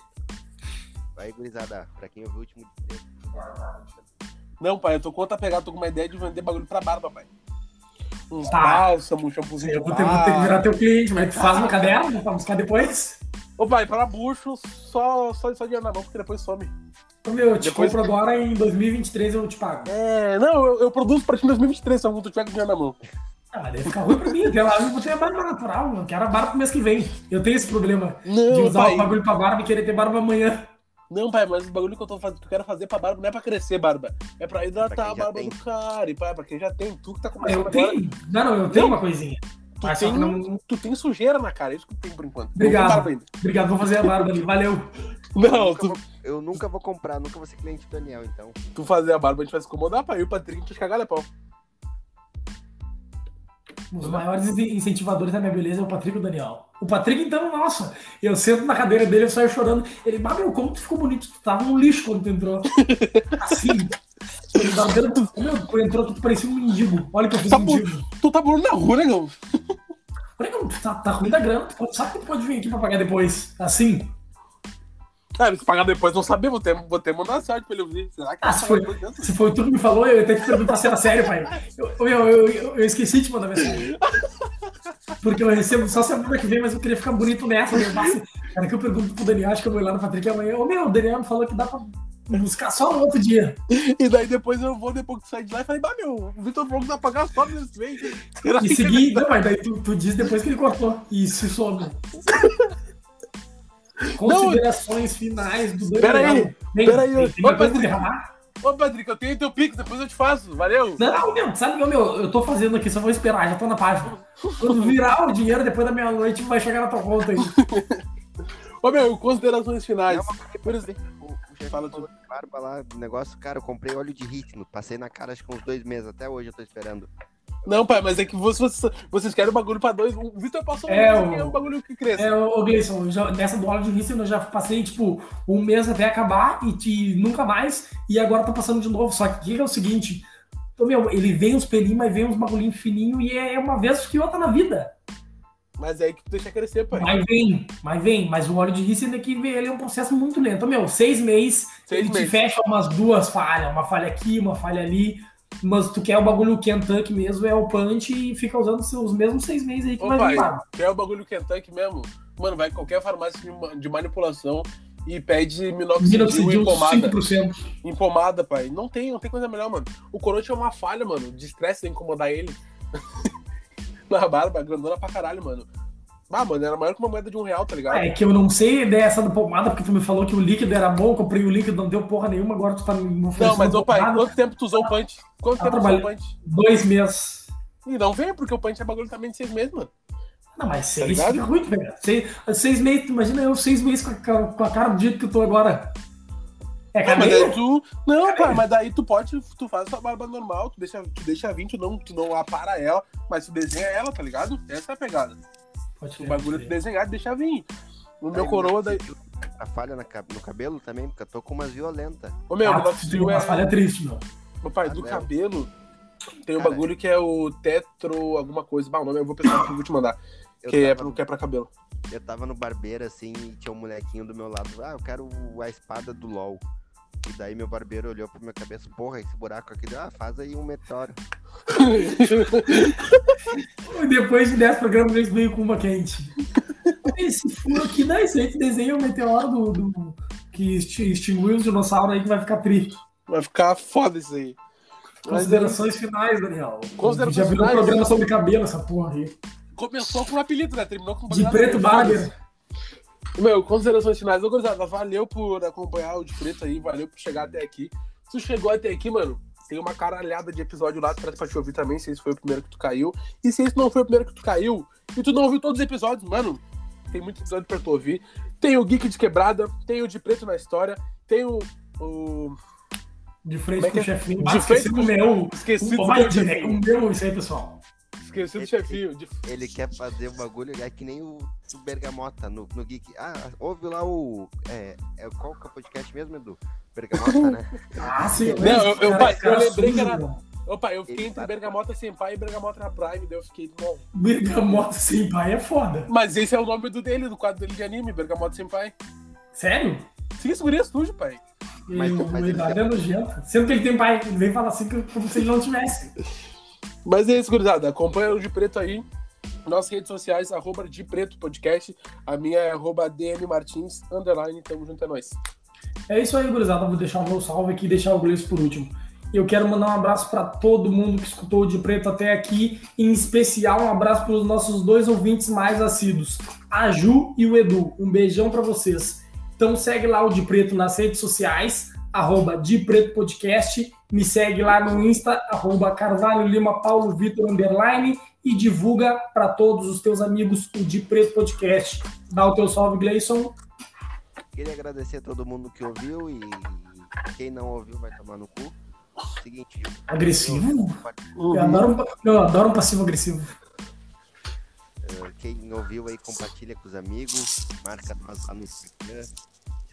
A: Vai, gurizada. Pra quem ouviu o último dia,
B: Não, pai, eu tô com outra pegada, tô com uma ideia de vender bagulho pra barba, pai. Uns
C: Tá.
B: bálsamo, um shampoozinho de
C: Eu vou ter, vou ter que
B: barba.
C: virar teu cliente, mas tu
B: Ah.
C: faz no caderno né, pra buscar depois.
B: Ô, pai, para bucho, só, só, só dinheiro na mão, porque depois some.
C: Ô, Meu, eu te
B: Depois-
C: compro agora em 2023 eu te pago.
B: É, não, eu, eu produzo pra ti em 2023, se algum tu tiver com dinheiro na mão.
C: Ah, mas deve ficar ruim pra mim. Até lá eu vou ter a barba natural. Eu quero a barba pro mês que vem. Eu tenho esse problema de
B: Não,
C: usar
B: pai,
C: o bagulho pra barba e querer ter barba amanhã.
B: não, pai, mas o bagulho que eu tô fazendo, que eu quero fazer pra barba não é pra crescer barba. É pra hidratar a
A: quem já
B: barba
A: tem.
B: do cara. E, pai, pra quem já tem, tu que tá
C: Eu
B: começando agora,
C: tenho. Não, não, eu tenho
B: Não.
C: uma coisinha.
B: tu,
C: Mas só
B: tem, um,
C: que não-
B: tu tem sujeira na cara, é isso que tu tem por enquanto. Não tem
C: Obrigado.
B: barba ainda.
C: Obrigado, vou fazer a barba ali. Valeu.
A: eu,
B: Não,
A: nunca
B: tu,
A: vou, eu nunca vou comprar, nunca vou ser cliente do Daniel, então.
B: tu fazer a barba a gente vai se incomodar, pai. Eu e o Patrick, a gente cagar, né, pau?
C: Um dos maiores in- incentivadores da minha beleza é o Patrick e o Daniel. O Patrick, então, nossa, eu sento na cadeira dele, eu saio chorando. Ele, mas meu, como tu ficou bonito, tu tava um lixo quando tu entrou. Assim. Ele tava dando- Meu, tu entrou, tu parecia um mendigo. Olha o que eu fiz
B: Tá
C: um
B: bom.
C: mendigo.
B: Tu tá morando na rua, né, não?
C: Olha que eu- tu tá, tá ruim da grana, tu pode- sabe que tu pode vir aqui pra pagar depois. Assim.
B: Cara, É, se pagar depois, não saber, vou ter, vou ter mandado sorte pra ele ouvir. Será que
C: Ah,
B: ele tá
C: se
B: paga
C: foi,
B: depois mesmo?
C: se foi tu que me falou, eu ia ter que perguntar se era sério, pai. Eu, eu, eu, eu- eu esqueci de mandar mensagem. Porque eu recebo só semana que vem, mas eu queria ficar bonito nessa. Né? Mas, cara, que eu pergunto pro Daniel, acho que eu vou ir lá no Patrick amanhã. Ô meu, o Daniel me falou que dá pra buscar só no outro dia.
B: E daí depois eu vou, depois que sair de lá, e falei, bah, meu, o Vitor falou que vai pagar as sobras desse mês. Será
C: E
B: que
C: seguir, não, mas daí tu, tu diz depois que ele cortou. E Isso, some. Considerações finais do Daniel.
B: Peraí,
C: Tem-
B: peraí,
C: tem-
B: ô,
C: tem uma
B: Patrick.
C: coisa pra derramar?
B: Ô, Patrick, eu tenho teu pix, depois eu te faço. Valeu.
C: Não, meu, sabe que meu, eu tô fazendo aqui, só vou esperar, já tô na página. Quando virar o dinheiro depois da meia-noite, vai chegar na tua conta aí.
B: Ô, meu, considerações finais.
A: Não, mas
B: Por exemplo,
A: O, o chefe
B: Fala
A: falou de barba lá, do negócio, cara, eu comprei óleo de ritmo, passei na cara acho que uns dois meses, até hoje eu tô esperando.
B: Não, pai, mas é que vocês, vocês querem o bagulho pra dois. O Vitor passou
C: É,
B: um mês,
C: o-
B: que é um bagulho que cresce.
C: É, ô ô, Gleison, já- nessa do óleo de rícino eu já passei, tipo, um mês até acabar e te, nunca mais, e agora tá passando de novo. Só que o que que é o seguinte, ô, meu, ele vem uns pelinhos, mas vem uns bagulhinhos fininhos e é uma vez que outra na vida.
B: Mas é aí que tu deixa crescer, pai.
C: Mas vem, mas vem, mas o óleo de rícino é que vem, ele é um processo muito lento. Ô, Meu, seis meses,
B: Seis
C: ele
B: meses.
C: te fecha umas duas falhas, uma falha aqui, uma falha ali. Mas tu quer o bagulho Kentucky mesmo, é o punch e fica usando os- os mesmos seis meses aí que
B: Ô,
C: vai
B: pai,
C: vir lá.
B: quer o É um bagulho Kentucky mesmo? Mano, vai em qualquer farmácia de ma- de manipulação e pede minoxidil,
C: Minoxidil
B: em pomada.
C: 5%.
B: Em pomada, pai. Não tem, não tem coisa melhor, mano. O corote é uma falha, mano. De estresse tem que incomodar ele. Na barba, grandona pra caralho, mano. Ah, mano, era maior que uma moeda de um real, tá ligado?
C: É que eu não sei dessa da pomada, porque tu me falou que o líquido era bom, eu comprei o líquido, não deu porra nenhuma, agora tu tá me oferecendo
B: Não, mas ô pai,
C: pomada.
B: quanto tempo tu usou o punch? Quanto
C: Tá
B: tempo tu usou o
C: trabalhando.
B: punch?
C: Dois meses.
B: E não vem, porque o punch é bagulho também de seis meses, mano.
C: Não, mas
B: Tá
C: seis
B: ligado?
C: fica ruim, velho. Seis, seis meses, tu imagina eu seis meses com a, ca- com a cara do jeito que eu tô agora. É,
B: Não,
C: cara,
B: mas aí tu. Não, pai, mas daí tu pode, tu faz a sua barba normal, tu deixa, tu deixa vir, tu não, tu não apara ela, mas tu desenha ela, tá ligado? Essa é a pegada.
C: Pode
B: O
C: crer,
B: bagulho é
C: pode
B: tu
C: crer.
B: desenhar e deixar vir. O meu
C: Tá
A: Aí,
B: coroa daí.
A: minoxidil, A falha na ca- no cabelo também, porque eu tô com umas violentas.
B: Ô meu,
C: Ah,
B: o minoxidil
C: uma
B: é.
C: falha triste, meu.
B: Meu pai, do
A: Cabelo.
B: cabelo. Tem um
A: Cara.
B: bagulho que é o tetro, alguma coisa. Bah, o nome eu vou pensar que eu vou te mandar.
A: Eu
B: que, é
A: tava
B: pro, que é pra cabelo.
A: Eu tava no barbeiro assim e tinha um molequinho do meu lado. Ah, eu quero o- a espada do LOL. E daí meu barbeiro olhou pra minha cabeça, porra, esse buraco aqui, ah, faz aí um meteoro.
C: E Depois de 10 programas, eles veio com uma quente. Esse furo aqui, não, isso aí que desenha o meteoro do, do- que esti- extinguiu os dinossauros aí que vai ficar tri.
B: Vai ficar foda isso aí. Mas daí
C: Considerações finais, Daniel.
B: Considerações
C: Já virou um
B: finais? né?
C: programa sobre cabelo, essa porra aí.
B: começou com um apelido, né? Terminou com um
C: De
B: bagulho.
C: preto barber.
B: Meu, considerações finais. Ô, gurizada, valeu por acompanhar o De Preto aí, valeu por chegar até aqui. Se tu chegou até aqui, mano, tem uma caralhada de episódio lá atrás pra te ouvir também, se esse foi o primeiro que tu caiu. E se esse não foi o primeiro que tu caiu, e tu não ouviu todos os episódios, mano, tem muito episódio pra tu ouvir. Tem o Geek de Quebrada, tem o De Preto na História, tem o... o...
C: De
B: Como
C: frente
B: é que
C: com
B: é?
C: o chefinho.
B: De
C: Ah, esqueci
B: frente
C: do
B: com-
C: meu.
B: Esqueci
C: O
B: do
C: mais
B: chefinho.
C: né? O meu, isso aí, pessoal.
B: Esqueci do chefinho. De...
A: Ele quer fazer o bagulho, é que nem o, o Bergamota no, no Geek. Ah, ouve lá o. É, é, qual que é o podcast mesmo, Edu? Bergamota, né?
C: Ah, sim.
A: Não,
C: lembro.
B: eu- eu-
C: Cara,
B: pai,
C: esse cara
B: eu lembrei que
C: sujo,
B: era-
C: mano.
B: Opa, eu fiquei
A: Ele
B: entre
A: tá-
B: Bergamota Sem Pai e Bergamota na Prime, daí eu fiquei... Bom,
C: Bergamota sem pai é foda.
B: mas esse é o nome do dele, do quadro dele de anime, Bergamota Sem Pai.
C: Sério?
B: Sim, isso guri é sujo, pai.
A: Mas-
C: Mas, o
A: mas
C: o
A: ele
C: Eduardo
A: tem-
C: é nojento. Sendo que ele tem pai, ele vem falar assim que- como se ele não tivesse.
B: Mas é isso, gurizada. Acompanha o De Preto aí. Nossas redes sociais, arroba de Preto Podcast. A minha é arroba DN Martins, underline. Tamo junto, é nóis.
C: É isso aí, gurizada. Vou deixar o meu salve aqui e deixar o Gleice por último. Eu quero mandar um abraço para todo mundo que escutou o De Preto até aqui. Em especial, um abraço para os nossos dois ouvintes mais assíduos, a Ju e o Edu. Um beijão para vocês. Então segue lá o De Preto nas redes sociais, arroba De Preto Podcast. Me segue lá no Insta, arroba Carvalho Lima Paulo Vitor Underline. E divulga para todos os teus amigos o De Preto Podcast. Dá o teu salve, Gleison.
A: Queria agradecer a todo mundo que ouviu e quem não ouviu vai tomar no cu. Seguinte,
C: Agressivo. Eu
B: Uhum.
C: adoro, um- eu adoro um passivo agressivo.
A: eh, quem ouviu aí, compartilha com os amigos, marca nós lá no Instagram,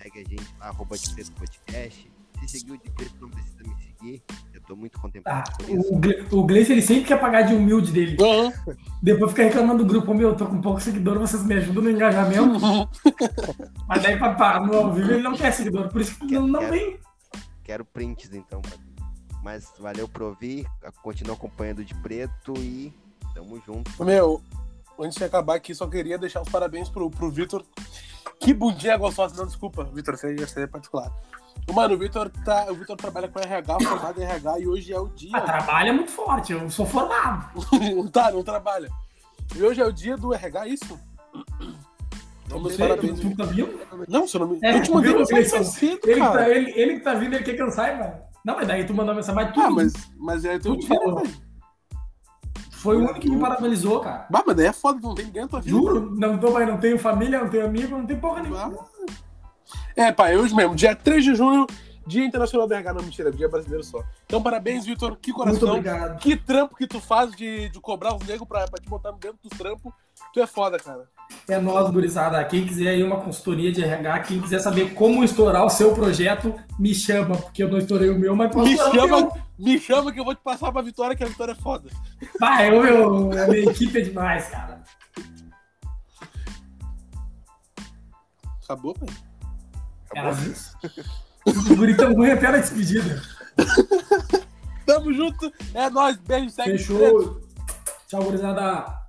A: segue a gente lá, arroba de preto podcast. Se seguir o de preto, não precisa me seguir. Eu tô muito
C: Ah,
A: contemplado por isso.
C: o Gle- o Gleice, ele sempre quer pagar de humilde dele.
B: Uhum.
C: Depois fica reclamando do grupo, meu, eu tô com pouco seguidor, vocês me ajudam no engajamento. Mas daí papá, no ao vivo ele não quer seguidor, por isso que não, não vem.
A: Quero prints então. pra mim. Mas valeu por ouvir, continua acompanhando o de preto e tamo junto.
B: Meu, antes de acabar aqui, só queria deixar os parabéns pro, pro Vitor. Que bundinha gostosa. Não, desculpa, Vitor, você ia ser particular. Mano, o Vitor tá, o Vitor trabalha com RH, formado em RH, e hoje é o dia.
C: Ah, trabalha muito forte, eu sou formado.
B: tá, não trabalha. E hoje é o dia do RH, isso? Então, meus
C: Sei,
B: parabéns.
C: tu tá vindo?
B: Não, seu nome.
C: É,
B: eu te mandei
C: viu,
B: mensagem
C: Gleison?
B: cedo,
C: Ele que,
B: cara.
C: tá, ele, ele que tá vindo, ele quer que eu saiba. Não, mas daí tu mandou mensagem, mas tu,
B: Ah, mas, mas aí tu
C: Tu falou.
B: velho.
C: foi o único que me parabenizou, cara.
B: Bah, mas daí é foda, não tem ninguém na tua vida.
C: Juro, não tô, mas não tenho família, não tenho amigo, não tenho porra nenhuma.
B: Ah. É, pai, hoje mesmo, dia 3 de junho, Dia Internacional do RH, não mentira, dia brasileiro só. Então, parabéns, Vitor, que
C: Muito
B: coração,
C: obrigado.
B: que trampo que tu faz de, de cobrar os negros pra, pra te botar dentro dos trampos. Tu é foda, cara.
C: É nós, gurizada. Quem quiser aí uma consultoria de RH, quem quiser saber como estourar o seu projeto, me chama, porque eu não estourei o meu, mas posso
B: Me
C: estourar o teu.
B: chama, me chama que eu vou te passar pra Vitória, que a Vitória é foda.
C: Vai, eu, eu, a minha equipe é demais, cara.
B: Acabou, pai?
C: Era isso. Os guritão ruim até na despedida.
B: Tamo junto, é nóis, beijo, segue.
C: Fechou. Tchau, gurizada.